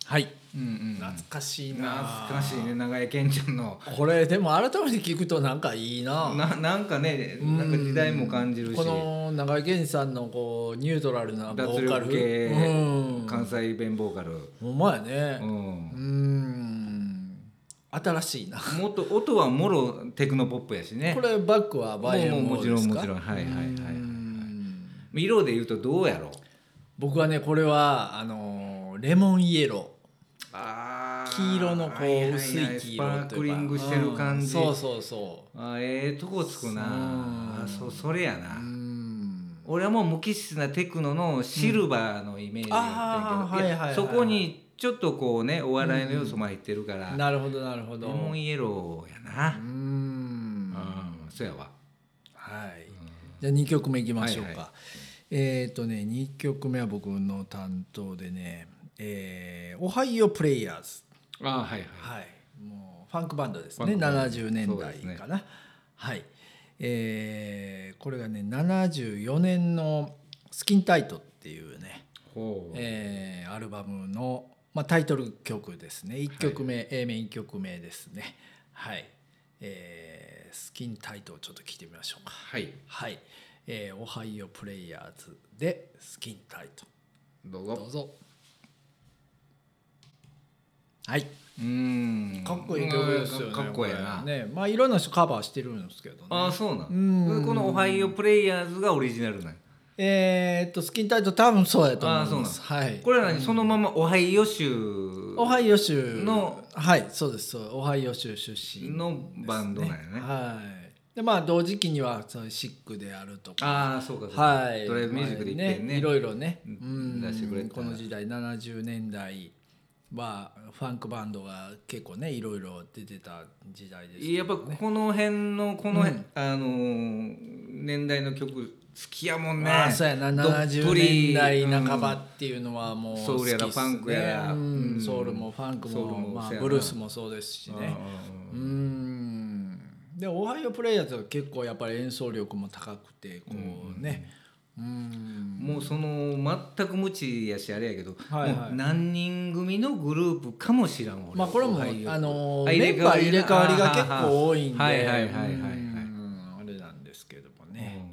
B: はい
A: うんうん
B: 懐かしい
A: 懐
B: な
A: かしいね長江健ちゃんの
B: これでも改めて聞くとなんかいいな
A: ななんかねなんか時代も感じるし
B: この長井健二さんのこうニュートラルなボ
A: 脱
B: ーカ
A: 力
B: ル
A: 系
B: うん
A: 関西弁ボーカル、
B: ほんまやね
A: う、
B: うんん新しいな
A: もっと音はもろテクノポップやしね
B: これバックはバイエン
A: もうもうもちろん
B: ですか
A: もちろんはいはいはいはいはい
B: うん
A: 色で言うとどうやろう
B: 僕はねこれはあのーレモンイエロー
A: あー
B: 黄色のこ
A: はいはいは
B: う薄い黄色という
A: スパ
B: か
A: ークリングしてる感じ、
B: うんそうそうそ
A: あーええとこつくなあそうそれやな、
B: ううん
A: 俺はもう無機質なテクノのシルバーのイメージやったんやけど、
B: うんあー
A: いや
B: はいはいはい
A: そこにちょっとこうねお笑いの要素も入ってるから、レ
B: なるほどなるほど
A: モンイエローやな
B: う
A: うん
B: ん、
A: そうやわ
B: はいじゃあ2曲目いきましょうか、
A: はいは
B: えっ、とね2曲目は僕の担当でね「えー、オハイオプレイヤーズ
A: ああはいは」
B: はいもうファンクバンドです
A: ファ
B: ね
A: ンクバンド
B: 70年代かな、はいえーこれがね74年の「スキンタイト」っていうね
A: ほう、
B: えーアルバムの、まあ、タイトル曲ですね1曲目、A 面1曲目ですねはい、えースキンタイトをちょっと聞いてみましょうか
A: はい
B: はい、えーオハイオプレイヤーズでスキンタイト
A: どう
B: ど
A: ぞ
B: うぞはい、
A: うーん
B: かっこいい曲ですよね
A: かかっこいい
B: れ
A: な、
B: ねまあいろんな人カバーしてるんですけどね
A: ああそうなん
B: うん
A: この「オハイオプレイヤーズ」がオリジナルなんや
B: えーっとスキンタイト多分そうやと
A: あーそうな
B: 思いま
A: ん
B: すはい
A: これは何そのまま「オハイオ州」
B: オハイオ州
A: の
B: はいそうですそうオハイオ州出身
A: のバンドなんやね
B: はい。でまあ同時期にはそのシックであるとか。
A: ああそうかそうか
B: はい。
A: ドライブミュージックでいっぺんね
B: いろいろね。
A: うん出してくれた
B: この時代70年代まあファンクバンドが結構ねいろいろ出てた時代ですけどね
A: やっぱこの辺のこの辺、
B: うん
A: あのー年代の曲好きやもんね
B: まあそうやな
A: どっ
B: 70
A: ぷり
B: 年代半ば
A: うん
B: っていうのはもう
A: ソウルやら
B: 好きっすね
A: ファンクやら
B: うん
A: うん
B: ソウルもファンク
A: ソウル
B: も
A: も
B: まあ
A: そうやな
B: ブルースもそうですしね
A: うん
B: うんでオハイオプレイヤーズは結構やっぱり演奏力も高くてこうねうん
A: もうその全く無知やしあれやけど、
B: はいはい
A: もう何人組のグループかもしらん俺
B: まあこれも
A: 後輩よ
B: あの
A: あ入れ
B: メ
A: 替わり
B: ンバー入れ替わりが結構多いんで
A: はいはいはいはいはい
B: うんあれなんですけどもね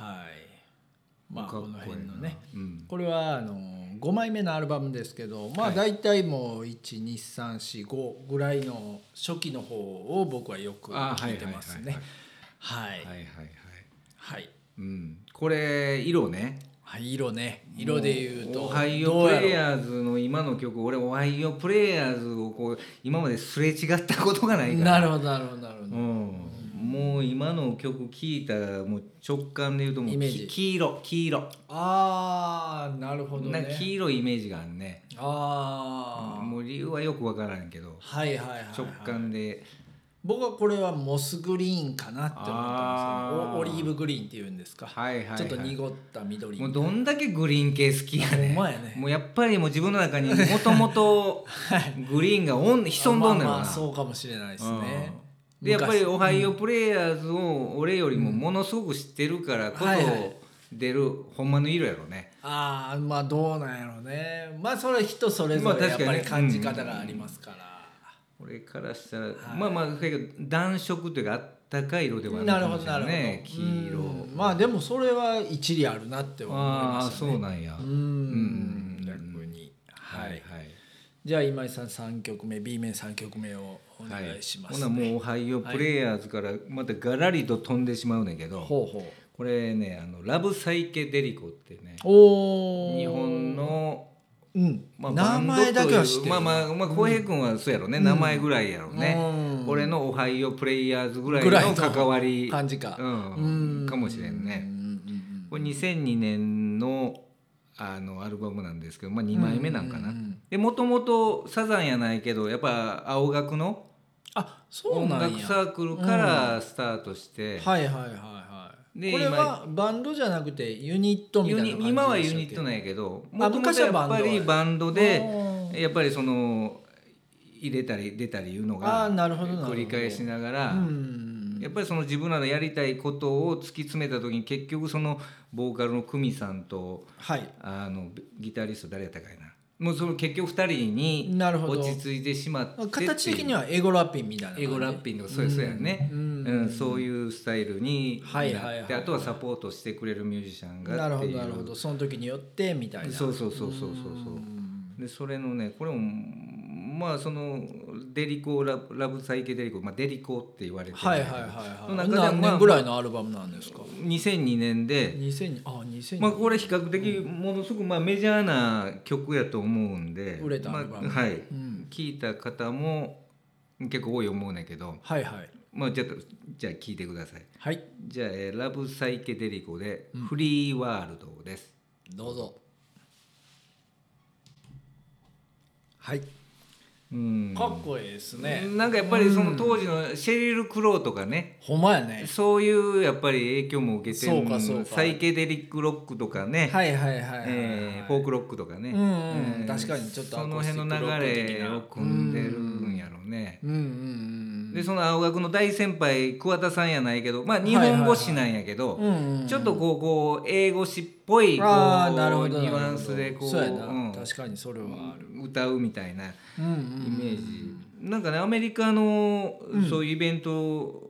B: はいまあこの辺のね、
A: うんうん
B: これはあの5枚目のアルバムですけどまあ
A: はい
B: 大体もう12345ぐらいの初期の方を僕はよく
A: あーは
B: 聞
A: い
B: いてますねはい
A: はいはいはいはい、
B: はい
A: うん、これ色ね
B: はい色ね色で言うと
A: オハイ
B: ど
A: オプ
B: やろ
A: レイヤーズの今の曲俺オハイオプレイヤーズをこう今まですれ違ったことがないから
B: なるほどなるほどなるほ
A: う
B: ど
A: ん、もう今の曲聴いたらもう直感で言うとも
B: イ
A: う
B: メー
A: き
B: ジ
A: 黄色黄色、
B: ああなるほど
A: なんか
B: ね
A: 黄色いイメージがあるね
B: ああ
A: もう理由はよくわからんけど
B: はいはいはいはい
A: 直感で
B: 僕はこれはモスグリーンかなって思ったんですよ
A: あー
B: おオリーブグリーンっていうんですか、
A: はいはい、はい、
B: ちょっと濁った緑
A: もうどんだけグリーン系好きやね
B: ほんまやね
A: もうやっぱりもう自分の中にもとも とグリーンがおん潜んどんねん
B: まあ
A: な、
B: まあそうかもしれないですね、
A: うんでやっぱり「
B: 昔
A: オハイオプレイヤーズ」を俺よりもものすごく知ってるからこそ
B: はいはい
A: 出るほんまの色やろね
B: ああまあどうなんやろうねまあそれは人それぞ
A: まあ
B: れや
A: 確
B: っ
A: かにね
B: ぱり感じ方がありますから、
A: 俺からしたら、まあまあだけど暖色というかあったかい色ではな
B: な
A: い
B: る
A: か
B: ほ
A: も
B: ど
A: し
B: な
A: れ
B: る
A: ない
B: ほど
A: ね黄色
B: うんまあでもそれは一理あるなって思い
A: あ
B: ま
A: あ
B: した
A: そうなんや、
B: う
A: うん
B: ん逆にはいじゃあ今井さん3曲目 B 面3曲目をお
A: はい
B: 願いしま
A: ほ
B: す、
A: なもう「オハイオプレイヤーズ」からまたガラリと飛んでしまうねんけど、
B: ほうほう
A: これねあの「ラブサイケデリコ」ってね
B: おー
A: 日本の
B: うん、
A: まあ、
B: 名前だけは知ってる
A: バンドというまあまあまあ浩平君はそうやろね、名前ぐらいやろね、
B: うん
A: 俺の「オハイオプレイヤーズ」ぐらい
B: ぐらいの
A: の関わり
B: 感じか、
A: うん
B: うん
A: かもしれんね
B: う。ん
A: これ2002年のあのアルバムなんですけど、まあ、2枚目なんかな。
B: ううん
A: でもともとサザンやないけどやっぱ青学の
B: あそう
A: 音
B: なんや
A: 楽サークルからスタートして、
B: はいはいはいはい
A: で
B: これはバンドじゃなくてユニットみたい
A: ユ
B: な感
A: ニ
B: じでしたっけ
A: 今はユニットなんやけど
B: あ
A: もともとやっぱり
B: 昔は
A: バ
B: バ
A: ンドで
B: あー
A: やっぱりその入れたり出たりいうの
B: あ
A: が
B: ーなるほどなるほ
A: 繰
B: ど
A: り返しながら
B: うん
A: やっぱりその自分らのやりたいことを突き詰めた時に結局そのボーカルの久美さんと
B: はい
A: あのギタリスト誰やったかいなもうその結局2人に
B: なるほ
A: 落
B: ど
A: ち着いてしまってっていう
B: 形的にはエゴラッピンみたいな感じ
A: エゴラッピンとかそうやそうやね、
B: う
A: うんんそういうスタイルになっ
B: はい
A: て、
B: はいはい
A: あとはサポートしてくれるミュージシャンが
B: なる
A: って
B: ほ
A: い
B: ど
A: う
B: なるほどその時によってみたいな
A: そうそうそうそうそうそう
B: うん
A: でそれのねこれもまあそのデリコララブサイケデリコ、まあ、デリコって言われてる
B: はいはいはい
A: の
B: は
A: 中
B: い
A: では
B: 何
A: まあ
B: 年ぐらいのアルバムなんですか
A: 2002年で、
B: 2000あ2000
A: まあ、これ比較的ものすごくまあメジャーな曲やと思うんで
B: 売れた
A: ま
B: ア
A: あ
B: ルバム、
A: はいう
B: ん
A: 聴いた方も結構多い思うねんけど、
B: はいはい
A: まあ、ちょっとじゃあ聴いてください
B: はい
A: じゃあ、えーラブサイケデリコで「フリーワールド」です、
B: どうぞはい
A: うん
B: かっこいいですね
A: なんかやっぱりその当時のシェリル・クローとかね、
B: ほんまやね
A: そういうやっぱり影響も受けて
B: そうかそうか
A: サイケデリックロックとかね、
B: はいはいはいはいはい
A: えーフォークロックとかね、
B: うんうんうん
A: えー
B: 確かにちょっと
A: その辺の
B: アコースティッ
A: 流
B: クロック的
A: れ
B: な
A: を組んでるんやろうね。
B: うんうんうん
A: でその青学の大先輩桑田さんやないけど、まあ、日本語詞なんやけど、
B: はいはいはいうんうんうん
A: ちょっとこうこう英語詞っぽいこうニ
B: ああなるほど
A: ュ
B: なるほど
A: アンスでこう
B: そうやな、
A: うん
B: 確かにそれはある、
A: 歌うみたいな。
B: うんうん、
A: イメージ、なんかねアメリカのそういうイベント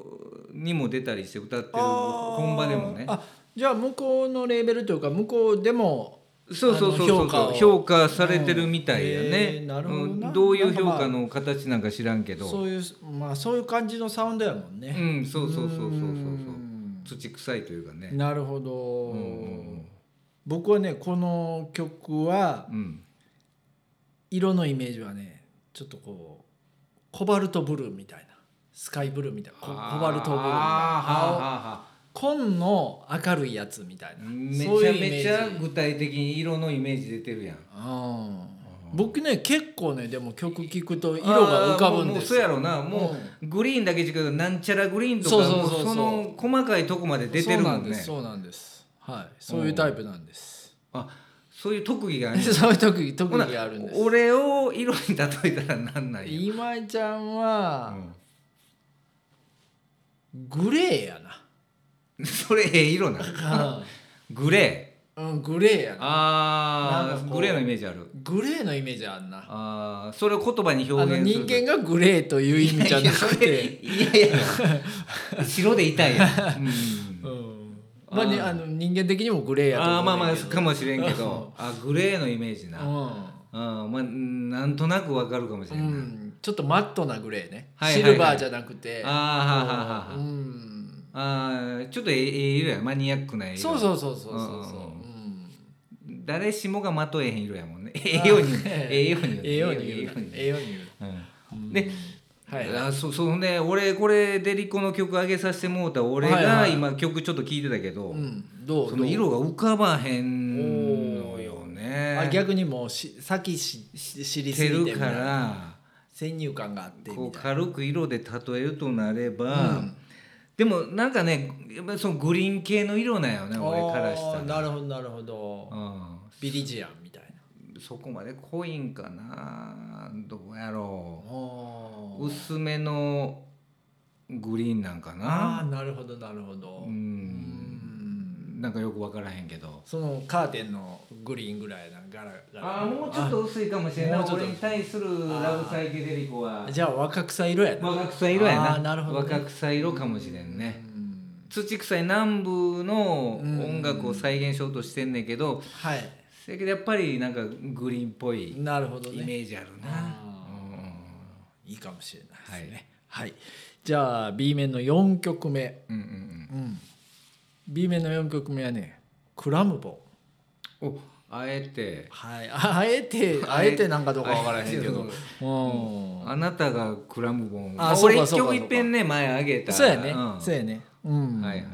A: にも出たりして歌ってる、本場でもね
B: あじゃあ向こうのレーベルというか向こうでも
A: そうそうそうそう
B: あの評価を
A: 評価されてるみたいやね、
B: うんへーなるほどな
A: うんどういう評価の形なんか知らんけど
B: そういうまあそういう感じのサウンドやもん
A: う
B: ね、
A: んそうそうそうそうそう
B: うん
A: そう土臭いというかね
B: なるほど、
A: うんうん
B: 僕はねこの曲は
A: うん
B: 色のイメージはねちょっとこうコバルトブルーみたいなスカイブルーみたいなココバルトブルーみたいな青
A: あ
B: 紺の明るいやつみたいな
A: ーはーはーはー
B: そ
A: めち
B: うい
A: ゃ
B: うイメー
A: め
B: ジ
A: ちゃ具体的に色のイメージ出てるやん
B: うん僕ね結構ねでも曲聴くと色が浮かぶ
A: あーもう
B: んです
A: もうそうやろうなもうグリーンだけ違うなんちゃらグリーンとか
B: そうそうそうそう
A: もうその細かいとこまで出てるもんね
B: そうなんですそうなんですはいそういうタイプなんです
A: あそういう特技がある
B: そういう特技特
A: ほな
B: 技があるんです
A: 俺を色に例えたらなんないよ、
B: 今井ちゃん
A: う
B: は
A: ん
B: グレーやな
A: それええ色なグレー
B: うんグレーやな
A: あ
B: なんか
A: ー
B: こう
A: グレーのイメージある
B: グレーのイメージあんなあ
A: あーそれを言葉に表
B: の
A: 現す
B: 人
A: る
B: 間がグレーという意味じゃなくて
A: いやいやいや白で痛いやん、うん
B: うんまあね
A: あー
B: あの人間的にもグレーやと思う
A: あーまあま
B: ね
A: あ
B: んけど
A: かもしれんけどあグレーのイメージな、あーまあうんなんとなくわかるかもし
B: う
A: れ
B: ん
A: んない、
B: うんちょっとマットなグレーね
A: はいはい
B: シ
A: はい
B: ルバーじゃなくて
A: あーはーはーはーはー
B: うん
A: あーちょっとええええ色やマニアックな色
B: そうそうそうそうそうそう
A: うんうん
B: うん
A: 誰しもがまとえへん色やもんねええように ええように
B: ええように言うな
A: ええ
B: ええように言う
A: えようにうん
B: な
A: で
B: はい
A: あそそうね俺これデリコの曲上げさせてもうた俺
B: はいは
A: が
B: い
A: 今曲ちょっと聴いてたけど、
B: うんどう
A: そ
B: ど
A: の
B: う
A: 色が浮かばへんのよね
B: あ逆にもうし先しし知りす
A: て
B: ぎてみ
A: る
B: たい
A: か
B: な
A: ら
B: 先入観があってみたい
A: こう
B: な
A: 軽く色で例えるとなれば、
B: うん
A: でもなんかねやっぱりそのグリーン系の色なんよね俺からした
B: あー
A: ら、
B: なるほどなるほど
A: う、
B: ビリジアンみたいなん
A: そこまで濃いんかなどうやろ
B: あ
A: う薄めのグリーンなんか
B: あ
A: な
B: ーなるほどなるほど
A: う
B: うんん
A: なんかよく分からへんけど
B: そのカーテンのグリーンぐらいなガラガ
A: あ
B: ラ
A: ーもうちょっと薄いかもしれんない
B: もうちょっと
A: 俺に対するラブサイケデリコは
B: あじゃあ若草色やな
A: 若草色やな
B: あーなるほどね
A: 若草色かもしれんね、
B: うん
A: 土臭い南部の音楽を再現しようとしてんねんけど、
B: はい
A: せやけどやっぱりなんかグリーンっぽい
B: なるほど
A: イメ
B: ね
A: ージあるな。
B: あ
A: う
B: ー
A: ん
B: いいかもしれないですねはいじゃあ B 面の4曲目
A: うんうん
B: うん B 面の4曲目はねクラムボン
A: うんおあえて
B: はい、ああえて、 あえてなんかどうかわからへんけ
A: あ
B: ど。うん。
A: あなたがクラムボン
B: あそう
A: 俺
B: か
A: 一
B: そうか
A: 曲いっぺんね前あげた
B: そうやね
A: ん、
B: そうやね。うん。
A: はいはい、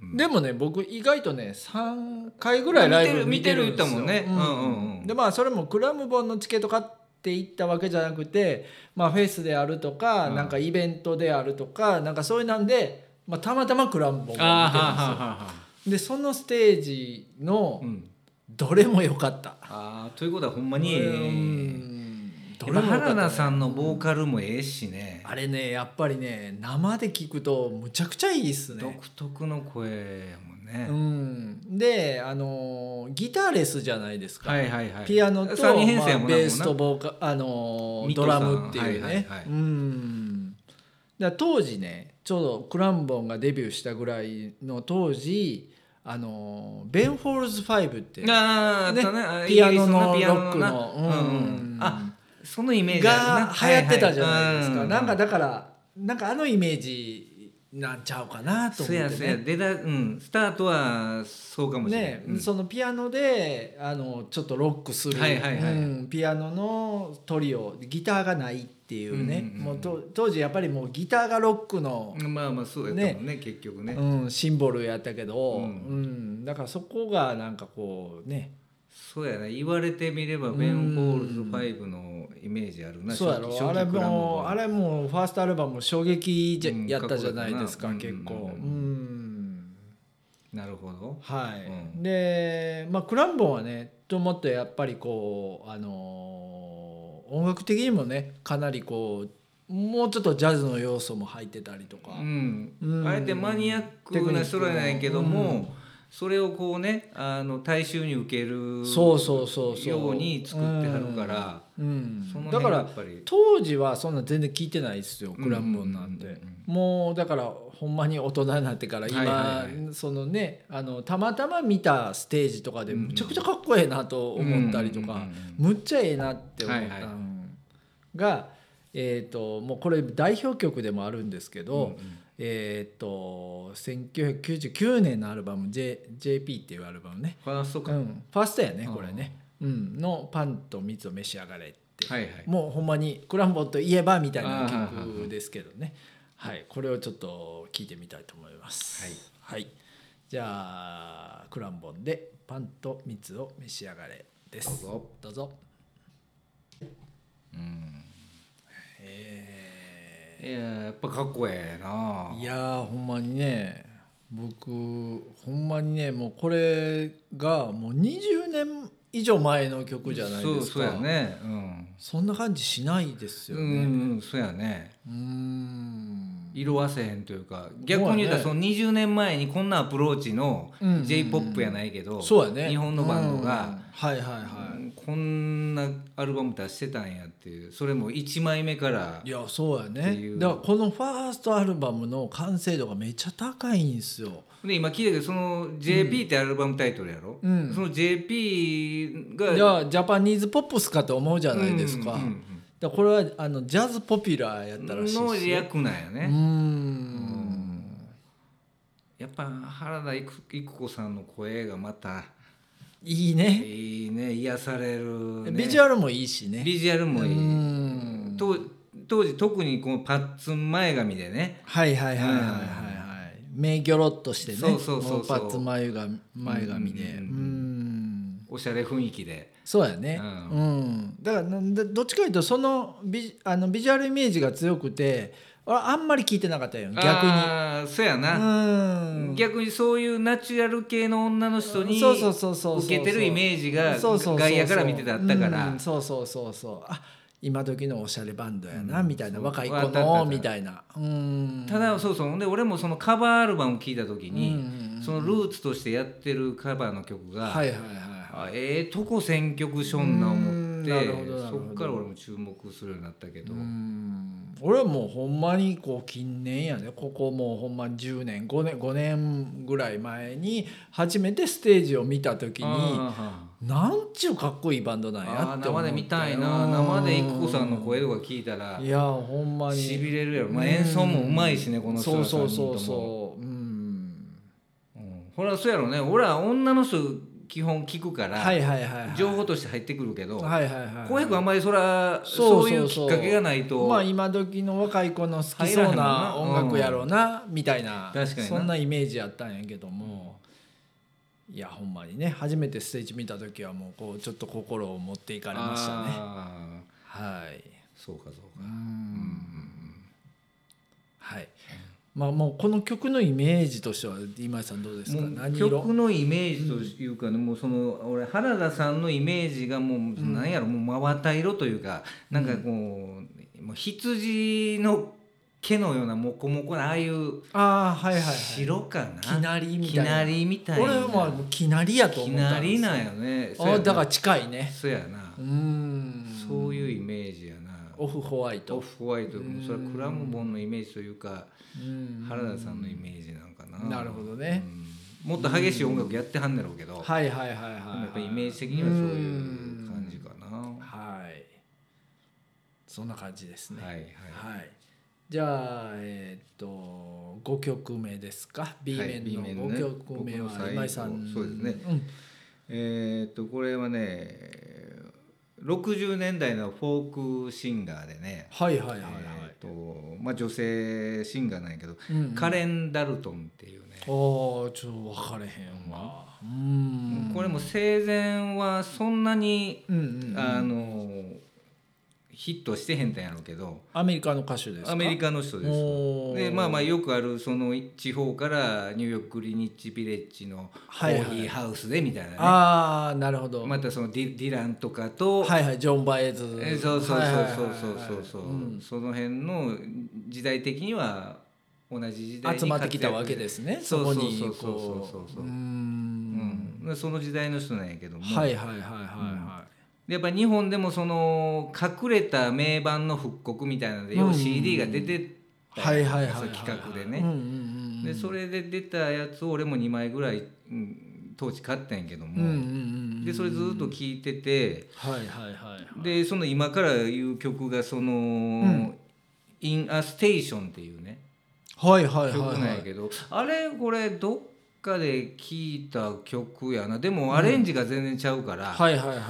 A: うん
B: でもね、僕意外とね、三回ぐらいライブ
A: 見てる
B: 見てるんですよ
A: 見てる言ったもんね
B: う
A: うんうんうん
B: で、まあ、それもクラムボンのチケット買っていったわけじゃなくて。まあ、フェスであるとか、
A: うん
B: なんかイベントであるとか、なんかそういうなんで。まあ、たまたまクラムボンを見て
A: あーは
B: るんです
A: は
B: よ。
A: はは
B: で、そのステージの
A: うん
B: どれも良かった。
A: あーということはほんまに、
B: うんどれ
A: 今
B: も良かったね
A: 原田さんのボーカルもええしね、
B: あれねやっぱりね生で聞くとむちゃくちゃいいっすね。
A: 独特の声やもんね、
B: うん、であのーギターレスじゃないですか、
A: はいはいはい。
B: ピアノと、
A: 三人編成やもん
B: まあ
A: な
B: ベースと
A: も
B: ボーカあのー
A: ミト
B: ド
A: さ
B: ラ
A: ん
B: ムっていうね、
A: はいはいはい
B: うんだから当時ねちょうどクランボンがデビューしたぐらいの当時あのーベン・フォールズ5って
A: うなあーあったね
B: ね
A: あー
B: ピアノの
A: イギリス
B: ロック
A: な
B: の
A: うんうん
B: うん
A: あそのイメージ
B: が流行ってたじゃないですか、なんか
A: だ
B: だからなんかあのイメージなんちゃうかなと
A: そ
B: 思って、ね
A: やそや出だうんスタートはそうかもしれない。
B: ね
A: うん
B: そのピアノであのちょっとロックする、
A: はいはいはい
B: うんピアノのトリオギターがないっていうね、
A: うんうんうん
B: もうと当時やっぱりもうギターがロックの、
A: まあまあそうやったもんね結局ね。
B: うん、シンボルやったけど、
A: う
B: うんんだからそこがなんかこうね
A: そうやな言われてみれば
B: うん
A: ベン・ホールズ5のイメージあるな。
B: そうやろあれ
A: クラムボ
B: も
A: ン
B: あれもファーストアルバムも衝撃じゃ、
A: うん
B: やったじゃないですか
A: かっこよ
B: 結
A: かったな
B: 構。
A: うん
B: うん
A: なるほど。
B: はい、
A: うん
B: で、まあ、クランボンはねともっとやっぱりこう、あのー音楽的にもねかなりこうもうちょっとジャズの要素も入ってたりとか、
A: うん
B: うん
A: あえてマニアックな人らなんやけども、
B: うん
A: それをこうねあの大衆に受ける
B: そうそうそうそう
A: ように作ってはるから、
B: うん
A: その
B: だか
A: 辺や
B: ら
A: っぱり
B: 当時はそんな全然聞いてないですよクランボンなんて、
A: うんうんうん
B: もうだからほんまに大人になってから今、
A: はいはい
B: そのねあのたまたま見たステージとかでむちゃくちゃかっこええなと思ったりとか、
A: うんうん
B: むっちゃええなって思ったの
A: はいはい
B: が、えー、ともうこれ代表曲でもあるんですけ
A: うん
B: ど、えー、と1999年のアルバム、J、JP っていうアルバムね、
A: ファースト
B: う
A: か、
B: ん、ファーストやねこれね、うん、の「パンと蜜を召し上がれ」って、
A: はいはい
B: もうほんまにクランボンといえばみたい
A: あ
B: な
A: ー
B: 曲ですけどねはいこれをちょっと聞いてみたいと思いますはい、じゃあクランボンで「パンと蜜を召し上がれ」です
A: どうぞ
B: どうぞ
A: うん
B: え
A: いややっぱかっこええな
B: ーいやーほんまにね僕ほんまにねもうこれがもう20年以上前の曲じゃない
A: そ
B: ですか
A: うそうやねうん
B: そんな感じしないですよ
A: う
B: ね
A: んうんそうやね
B: うーん
A: 色あせへんというか逆に言ったら
B: そ
A: その20年前にこんなアプローチの
B: うんうんうん
A: j p o p やないけど
B: そうやね
A: 日本のバンド
B: うん
A: が
B: はいはいは
A: こんなアルバム出してたんやっていうそれも1枚目から
B: いいやそうや
A: ってい
B: ね
A: う
B: だからこのファーストアルバムの完成度がめっちゃ高いんですよ
A: で今聞いたけどその JP ってアルバムタイトルやろ、
B: うん
A: その JP が
B: じゃあジャパニーズポップスかと思うじゃないですか,、
A: うんうん
B: だからこれはあのジャズポピュラーやっ
A: うん
B: たらしい
A: の
B: ですよ
A: 略なんや
B: うー
A: ね、
B: ん
A: やっぱ原田育育子さんの声がまた
B: いいね
A: いいね癒される、ね、
B: ビジュアルもいいしね
A: ビジュアルも
B: う
A: い
B: ー
A: い、
B: ん
A: 当当時特にこのパッツン前髪でね
B: はいはいはいはいはいはい目ギョロっとしてね
A: そうそうそうそう
B: もパッツ眉が前髪でう
A: うんう
B: ー
A: んうん
B: ん
A: おしゃれ雰囲気で
B: そうやね、う
A: うん
B: だからなんだどっちかというとそのビジあのビジュアルイメージが強くて俺あんまり聞いてなかったよ逆に
A: あーそうや
B: う
A: な、
B: ん
A: 逆にそういうナチュラル系の女の人に
B: そうそうそうそうそう
A: 受けてるイメージが
B: そうそうそうそう
A: 外野から見てたったから
B: うんそうそうそうそうあ今時のおしゃれバンドやな、みたいな
A: そう
B: 若い子
A: わかったわか
B: の
A: った
B: みたいなうん
A: ただそうそうほんで俺もそのカバーアルバムを聴いた時
B: うん
A: に、
B: うんうん
A: そのルーツとしてやってるカバーの曲が、
B: はいはいは
A: あええとこ選曲しょんな思っ
B: う
A: て
B: ーんなるほどなるほ
A: そ
B: ど
A: っから俺も注目するようになったけ
B: い
A: ど、
B: うん俺はもうほんまにこう近年やねここもうほんま10年5年5年ぐらい前に初めてステージを見た時に
A: あ
B: なんちゅうかっこいいバンドな
A: ー
B: んや
A: あー
B: って思
A: 生
B: った
A: で
B: よ
A: 見たいな生で育子さんの声とか聞いたら
B: いやほんまに
A: しびれるやろ、まあ、
B: うん
A: 演奏もうまいしねこの人
B: そう
A: ら
B: そ
A: 三
B: う
A: 人
B: そう
A: とも
B: そうう
A: う
B: ん
A: んほらそうやろね俺は女の人基本聞くから、
B: はいはいはいはい
A: 情報として入ってくるけど
B: はいはいはい
A: 浩平君あんまりそらそ
B: そうそ
A: う
B: う
A: いう
B: そう
A: きっかけがないと
B: まあ今時の若い子の好きそうな音楽やろうなみたいな
A: 確かにな
B: そんなイメージやったんやけどもいやほんまにね初めてステージ見た時はもうこうちょっと心を持っていかれましたね
A: あー
B: はい
A: そうかそう
B: う
A: か
B: んはいまあもうこの曲のイメージとしては今井さんどうですか
A: もう
B: 何色
A: 曲のイメージというかね、もうその俺原田さんのイメージがもう、なんやろもう真綿色というかなんかこう,、もう羊の毛のようなモコモコなああいう
B: ああはいはいはい
A: 白かな、
B: きなりみ
A: き
B: たいな
A: なりみたいな
B: 俺はまあもうきなりやと
A: き
B: 思った
A: なんり
B: です
A: なんよね
B: あだから近いね
A: そうやな
B: うーん
A: そういうイメージやな
B: オフホワイ
A: オ
B: ト
A: フホワイトもそれはクラムボンのイメージというか
B: うん
A: 原田さんのイメージなんかな
B: なるほどね
A: うんもっと激しい音楽やってはんねやろうけどや
B: はいはいはいはい
A: っぱイメージ的にはそういう感じかな
B: はいそんな感じですね
A: はいはい
B: はいじゃあえーっと5曲目ですか B 面
A: B
B: の
A: 面
B: 5
A: ね
B: 曲目は
A: 僕の最後
B: 今井さん
A: そうですね
B: ん
A: えーっとこれはね60年代のフォークシンガーでね
B: はいはいはい
A: え
B: はい
A: ーっとまあ女性シンガーなんやけど
B: うんうん
A: カレン・ダルトンっていうね
B: あーちょっと分かれへんわうん
A: これも生前はそんなに
B: うんうん
A: あのヒットしてへんたんやろうけど
B: アメリカの歌手ですか
A: アメリカの人です
B: おー
A: でまあまあよくあるその地方からニューヨークグリニッチビレッジのコ
B: はいはい
A: ーヒーハウスでみたいなね、
B: ああなるほど、
A: またそのディディランとかと、
B: はいはいジョン・バエズ
A: えそうそう
B: はいはい
A: そうそう
B: はいはい
A: そうそうそう、
B: うん
A: その辺の時代的には同じ時代に
B: 集まってきたわけ
A: す、
B: ですね
A: そう
B: そ
A: そうそ
B: こ
A: う
B: にこ
A: そうそうそうそう
B: う
A: う
B: ー
A: んん、その時代の人なんやけども、
B: はいはいはいはいは
A: でやっぱ日本でもその隠れた名盤の復刻みたいなので、
B: うんうんうん
A: 要は CD が出て
B: い
A: た
B: はいはいはい
A: そう企画でね、
B: うんうんうんうん
A: でそれで出たやつを俺も2枚ぐらい、うん当時買ったんやけど
B: うん
A: も、
B: うんうんうん
A: でそれずっと聴いてて
B: はいはいはいはい
A: でその今から言う曲がその「In a Station」っていうね
B: はいはいはい
A: 曲
B: はい
A: なんやけど、あれこれどっかで聴いた曲やなでもアレンジが全然ちゃうから、
B: はいはいはいはい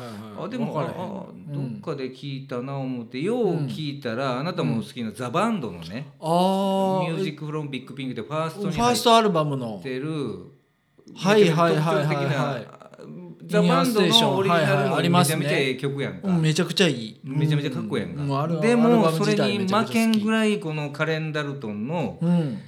A: あでも
B: わ
A: あ
B: かれへ
A: あ
B: んう
A: ど
B: ん
A: っかで聞いたな思って、よう聞いたらあなたも好きなザ・バンドのね
B: あ
A: 「ミ
B: ー
A: ュージック・フロン・ビッグ・ピンク」でファース
B: フ
A: トに
B: ァー
A: 入
B: ストアルバムの
A: ってる
B: はいはいはいはいはい
A: めちゃめちゃ特徴的なザ・バンド
B: インハーステーション
A: のオリジ
B: はい
A: ナ
B: は
A: ル
B: い
A: の
B: あり
A: め
B: ま
A: ち
B: す
A: ゃ
B: ね
A: めちゃええ曲やんか、
B: うんめちゃくちゃいい
A: めちゃめちゃかっこええやんか、
B: うある
A: で
B: アル
A: も
B: バム
A: そ
B: 自
A: れ
B: 体
A: に
B: めちゃ
A: 負
B: くちゃ
A: け
B: 好
A: ん
B: き
A: ぐらいこのカレンダルトンの
B: うん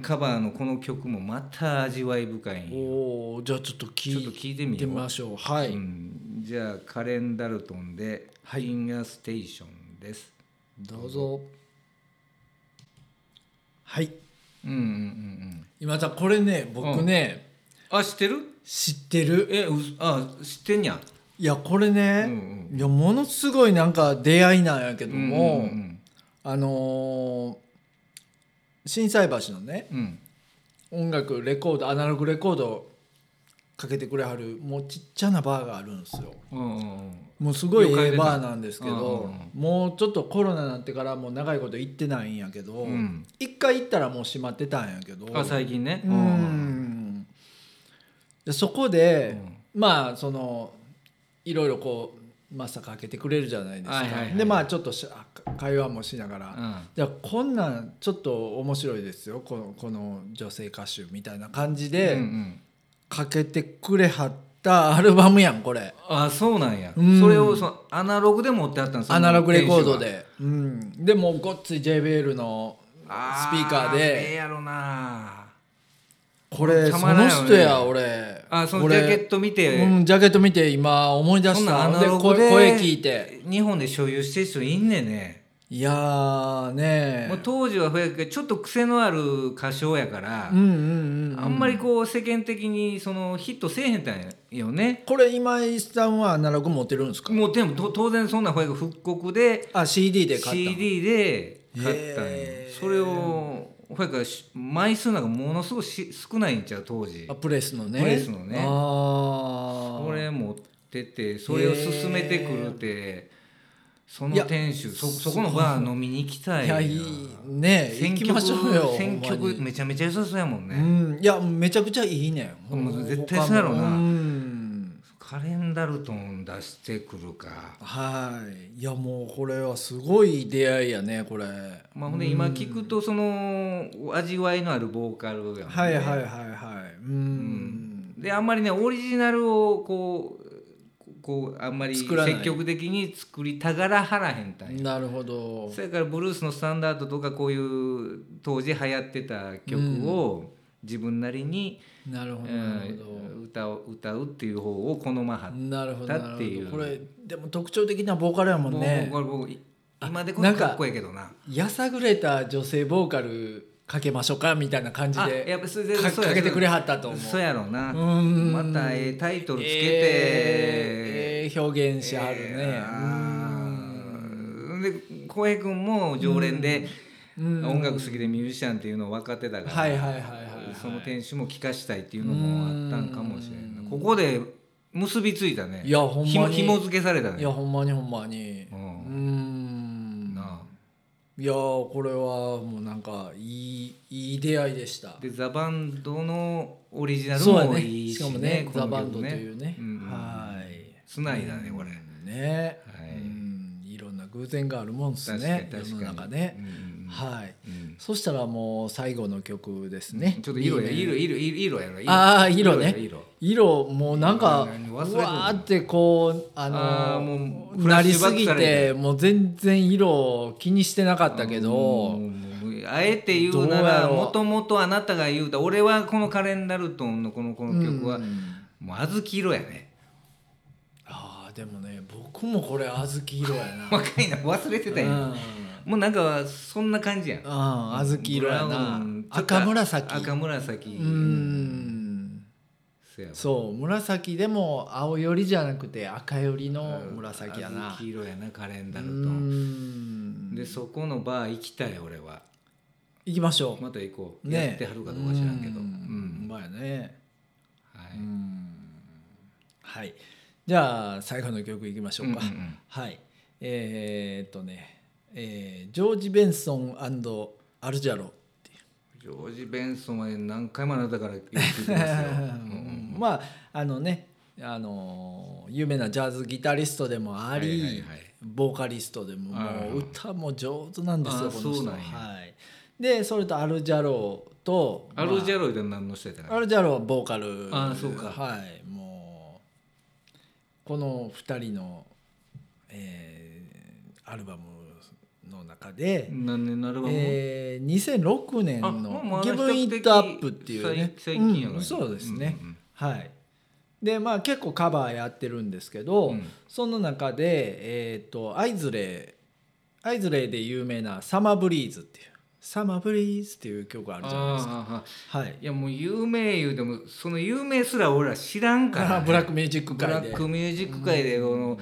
A: カバーのこの曲もまた味わい深いんよ
B: おーじゃあちょっと
A: ちょっ
B: 聞
A: と
B: い
A: 聞いてみ
B: て
A: よ
B: み
A: う
B: ましょうはい、
A: うん、じゃあカレンダルトンで「
B: はい
A: インアステーション」です。
B: どうぞはい
A: うんうんうんうん、
B: 今田これね僕ね、
A: あ知ってる
B: 知ってる
A: えうあ知ってんや。
B: いやこれ
A: うんう
B: ね、
A: ん
B: いやものすごいなんか出会いなんやけど
A: う
B: も、
A: んうん
B: あのー、震災橋のね
A: うんうん
B: 音楽レコードアナログレコードかけてくれはるもうちっちゃなバーがあるんですよ
A: うんうん
B: もうすご
A: よ
B: い
A: く
B: え
A: 入
B: え
A: れた
B: バーなんですけ
A: う
B: ど
A: んうん
B: もうちょっとコロナになってからもう長いこと行ってないんやけど
A: ん
B: 一回行ったらもう閉まってたんやけど
A: うんあ最近ね。
B: う。んでそこでまあそのいろいろこうマスターかけてくれるじゃないです
A: はいはい
B: か
A: はい
B: でまあちょっとし会話もしながら
A: うん
B: じゃあこんなんちょっと面白いですよこのこの女性歌手みたいな感じで
A: うんうん
B: かけてくれはったアルバムやんこれ
A: あそうなんや、
B: うん
A: それをそのアナログで持ってあったんです
B: アナログレコードで、うん、でもうごっつい JBL のスピ
A: あ
B: ーカー
A: ええ
B: で
A: やろな
B: これ
A: た
B: そ
A: まらん
B: の
A: よね
B: 人や俺
A: あそのジャケット見て、
B: 俺うん、ジャケット見て今思い出
A: そん
B: し
A: な
B: た
A: アナ
B: で
A: ロ
B: こ
A: グ
B: 声
A: で
B: 聞いて
A: 日本で所有してる人いんねんね
B: いやーね
A: もう当時はふやけどちょっと癖のある歌唱やから、
B: うんうんうん、うん、
A: あんまりこう世間的にそのヒットせえへんたんよね
B: これ今井さんはアナログ持ってるんですか
A: もうでもと当然そんなふやけ復刻で
B: あ CD で買ったの
A: CD で買ったんよ、
B: へー
A: それをふやけどし枚数なんかものすごくし少ないんちゃう当時
B: あプレスのね
A: プレスのね
B: ああ
A: それ持っててそれを勧めてくるってその店主そそこのバー飲みに行きたい
B: いやいいね行
A: 選
B: き
A: 曲
B: ましょうよ
A: 選
B: ほんま
A: 曲
B: に
A: めちゃめちゃ良さそうやもんね、
B: うん、いやめちゃくちゃいいねん
A: うん
B: ほんま
A: 絶対そうやろうな
B: うん
A: カレンダルトン出してくるか、
B: はいいやもうこれはすごい出会いやねこれ
A: まあ、ほんで今聞くとその味わいのあるボーカルやもんね
B: はいはいはいはいうん、
A: であんまりねオリジナルをこうこうあんまり
B: 作らない
A: 積極的に作りたがらはらへんたんや
B: なるほど
A: それからブルースのスタンダードとかこういう当時流行ってた曲を自分なりに、
B: なる
A: う
B: ほ
A: ん
B: どなるほ
A: 歌を歌うっていう方を好まはっ
B: ど、
A: て、
B: なるほど
A: だ
B: な
A: ってい
B: る
A: う
B: ほどこれでも特徴的なボーカルやもんね
A: もうこれ僕今でこ
B: な
A: そ
B: んか
A: かっこええけどな
B: やさぐれた女性ボーカルかけましょうかみたいな感じ
A: あや
B: で
A: っぱそれで
B: か
A: そうや
B: かけてくれはったと思う
A: そうやろうな
B: うん
A: またええタイトルつけて、
B: えーえー表現しはるね、
A: あーで浩平君も常連で
B: うん
A: 音楽好きでミュージシャンっていうのを分かってたから、
B: はいはいはいはいはい
A: その店主も聞かしたいっていうのもあったんかもしれんないここで結びついたね
B: いやほんまに
A: ひも紐付けされた
B: い
A: ね
B: やほんまにほんまに
A: う
B: うんんん
A: なあ
B: いやーこれはもうなんかいいいい出会いでした
A: でザ・バンドのオリジナル
B: そうや
A: も
B: ね
A: いい
B: しかも
A: し
B: ね
A: ねこ
B: ザ・
A: の曲
B: バンドというね、
A: うんうん
B: はい
A: つないだねこれ、
B: ね、
A: はい
B: うんいろんな偶然があるもんです
A: 確かに
B: ね
A: 確かに
B: 世の中ね、
A: うんうんうん
B: はい
A: うん
B: そしたらもう最後の曲ですね、
A: ちょっと色や
B: いいね
A: 色色色色やろ色
B: あー色ね
A: 色色
B: 色もうなんか
A: いや忘
B: うわ
A: れてる
B: ーってこうあの
A: あーもうフラ
B: な
A: ッ
B: り
A: シュバ
B: す
A: ック
B: ぎ
A: されて
B: てもう全然色気にしてなかったけ
A: う
B: ど
A: んもうあえて言うな
B: どうや
A: ら
B: ろう
A: もともとあなたが言うた俺はこのカレンダルトンのこのこの曲は、
B: うん
A: もう小豆色やね
B: あーでもね僕もこれ小豆色やな
A: 若いな忘れてたやん
B: うん
A: もうなんかそんな感じやん
B: ああ小豆色や
A: ブラウ
B: な
A: ンちょっと
B: 赤紫
A: 赤紫
B: うーん
A: そやわ
B: そう紫でも青よりじゃなくて赤よりの紫やな
A: 小豆色やなカレン
B: う
A: ダ
B: ー
A: ルトン
B: ん
A: でそこのバー行きたい俺は
B: 行きましょう
A: また行こう、
B: ね
A: やってはるかどうか知らんけど
B: う
A: うん
B: んまやね
A: は
B: う
A: い
B: んはいじゃあ最後の曲いきましょうか
A: うんうんうん
B: はいえーっとねえージョージ・ベンソンアルジャロっていう
A: ジョージ・ベンソンは何回もあなたから言ってますよ。うん
B: まああのねあの有名なジャズギタリストでもあり、
A: はいはいはい
B: ボーカリストでもも
A: うん
B: う歌も上手なんですよ
A: あ
B: この
A: そう
B: 人
A: なんや
B: はい、でそれとアルジャローと
A: アルジ
B: ャ、
A: ャロイで何の人やった
B: まあア
A: か
B: ルジャローはボーカル
A: あそうか
B: はいもこの2人の、えーアルバムの中で、
A: 何年のアルバム、
B: えー2006年
A: あま
B: の
A: あ
B: 「ギブイントアップっていうね
A: 最最近やからね
B: うんそうですね、
A: うんうん
B: はいでまあ結構カバーやってるんですけど、
A: うん
B: その中でえっ、とアイズレイアイズレイで有名な「サマーブリーズ」っていう「サマーブリーズ」っていう曲あるじゃないですか
A: あーあーあ
B: はい
A: ーいやもう有名言うてもその有名すら俺ら知らんからね、
B: ブラックミュージック
A: ブラ
B: 界で
A: ックミュージック界でこの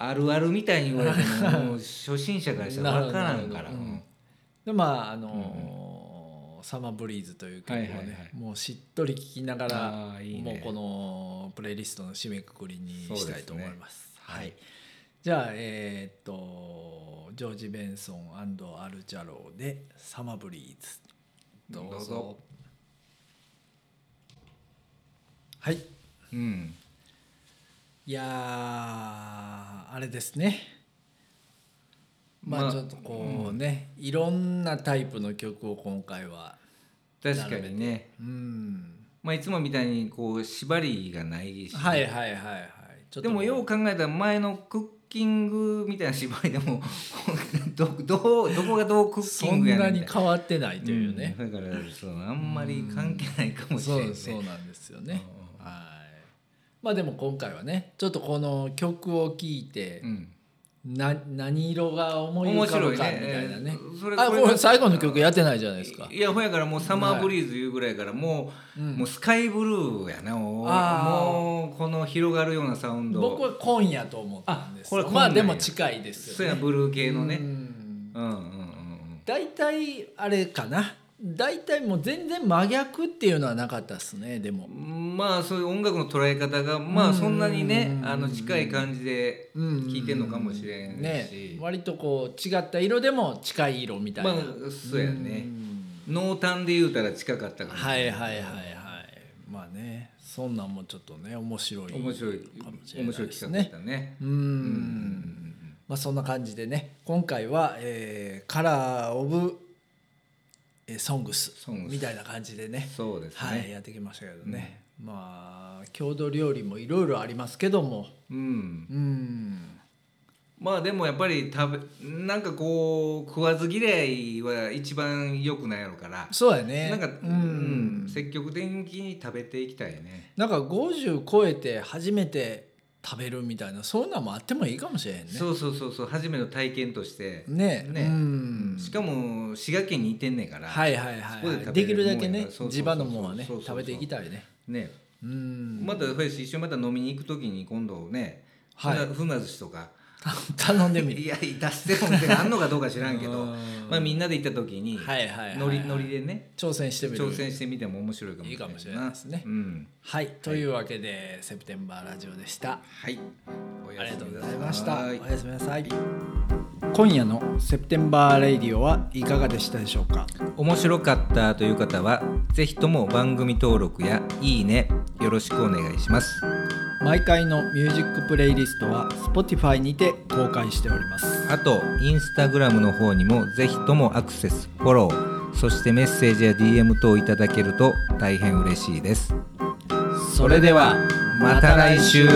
A: あるあるみたいに言われてももう初心者からしたら分からんから
B: なるほどなるほどうん
A: うん
B: でまああのーサマーブリーズ」という曲を
A: は
B: ね、
A: いはいはい
B: もうしっとり聴きながら
A: あーいい
B: もう
A: ね
B: このプレイリストの締めくくりにしたいと思います。
A: そうですね
B: はい、じゃあえーっとジョージ・ベンソンアル・ジャローで「サマーブリーズ」どうぞ
A: どうぞ
B: はい
A: うん
B: いやーあれですねまあ、
A: まあ
B: ちょっとこうね、いろんなタイプの曲を今回は
A: 確かにね
B: うん
A: まあいつもみたいにこう縛りがないし、
B: はいはいはいはいちょっと
A: でもよう考えたら前のクッキングみたいな芝居でも どどうどこがどうクッキ
B: そ
A: ン
B: ん
A: グやね
B: なん
A: み
B: に
A: たいな
B: 変わってないというね、
A: うんだからそうあんまり関係ないかもしれ
B: そ
A: ないうね
B: そうなんですよね、はいまあでも今回はねちょっとこの曲を聴いて、
A: うん
B: な何色が思い浮
A: 面
B: か
A: 白
B: ぶ
A: い
B: かみ
A: ね
B: たいなね
A: えーそれ
B: あ
A: これ
B: これ最後の曲やってないじゃないですか
A: いやほやからもうサマーブリーズいうぐらいからもう,、もうスカイブルーやなお
B: あー
A: もうこの広がるようなサウンド
B: 僕は今夜と思ったんですよ
A: あこれ今
B: ま
A: 夜
B: あでも近いです
A: そう
B: よ
A: や
B: ね
A: ブルー系のね、
B: うん
A: うん、うんうんうん
B: 大体あれかな大体もう全然真逆っていうのはなかったですねでも
A: まあそういう音楽の捉え方がまあそんなにねあの近い感じで聴いてんのかもしれんし、
B: ね割とこう違った色でも近い色みたいな、
A: まあそうやね
B: うん
A: 濃淡で言うたら近かったから、
B: はいはいはいはいまあねそんなんもちょっとね面白い
A: 面白い
B: かもしれない
A: 面白い企
B: です
A: 画
B: ね
A: だったね
B: うーんまあそんな感じでね今回は、えーカラー・オブ・えーソングス
A: ソングス
B: みたいな感じでね
A: そうですね、
B: はいやってきましたけどね、まあ郷土料理もいろいろありますけども
A: うん
B: うーん
A: まあでもやっぱり食べなんかこう食わず嫌いは一番良くないやろから、
B: そうやね
A: なんか、
B: う
A: うんん、積極的に食べていきたいね
B: なんか50超えて初めて食べるみたいなそういうのもあってもいいかもしれへんね
A: そうそうそうそう初めの体験として、
B: ね
A: ね
B: うん
A: しかも滋賀県にいてんねんから、
B: はいはいは
A: そ
B: い
A: こで食
B: はい、
A: べ
B: で
A: れ
B: き
A: る
B: るだけ
A: もんや
B: ね
A: からそうそうそう
B: 地場のものはね
A: そうそうそう
B: 食べていきたいね
A: ね
B: うん
A: またやっぱり一緒にまた飲みに行く時に今度ねふ
B: は
A: ないふな寿司とか
B: 頼んでみる
A: いや出してもんってあんのかどうか知らんけ ど
B: うん
A: まあみんなで行った時に
B: はいはいはいはい
A: ノリノリでね
B: 挑戦してみる
A: 挑戦してみても面白いかもしれない
B: いかもしれないですね
A: うん
B: はいというわけで「セプテンバーラジオ」でした
A: はい。お
B: あり
A: や
B: が
A: す
B: と
A: み
B: う
A: な
B: ご
A: さ
B: ざいましたお
A: はい
B: やすみなさい今夜の「セプテンバーレイディオ」はいかがでしたでしょうか
A: 面白かったという方は、ぜひとも番組登録やいいねよろしくお願いします。
B: 毎回のミュージックプレイリストは Spotify にて公開しております
A: あと、インスタグラムの方にもぜひともアクセス、フォロー、そしてメッセージや DM 等いただけると大変嬉しいです。
B: それでは
A: また来週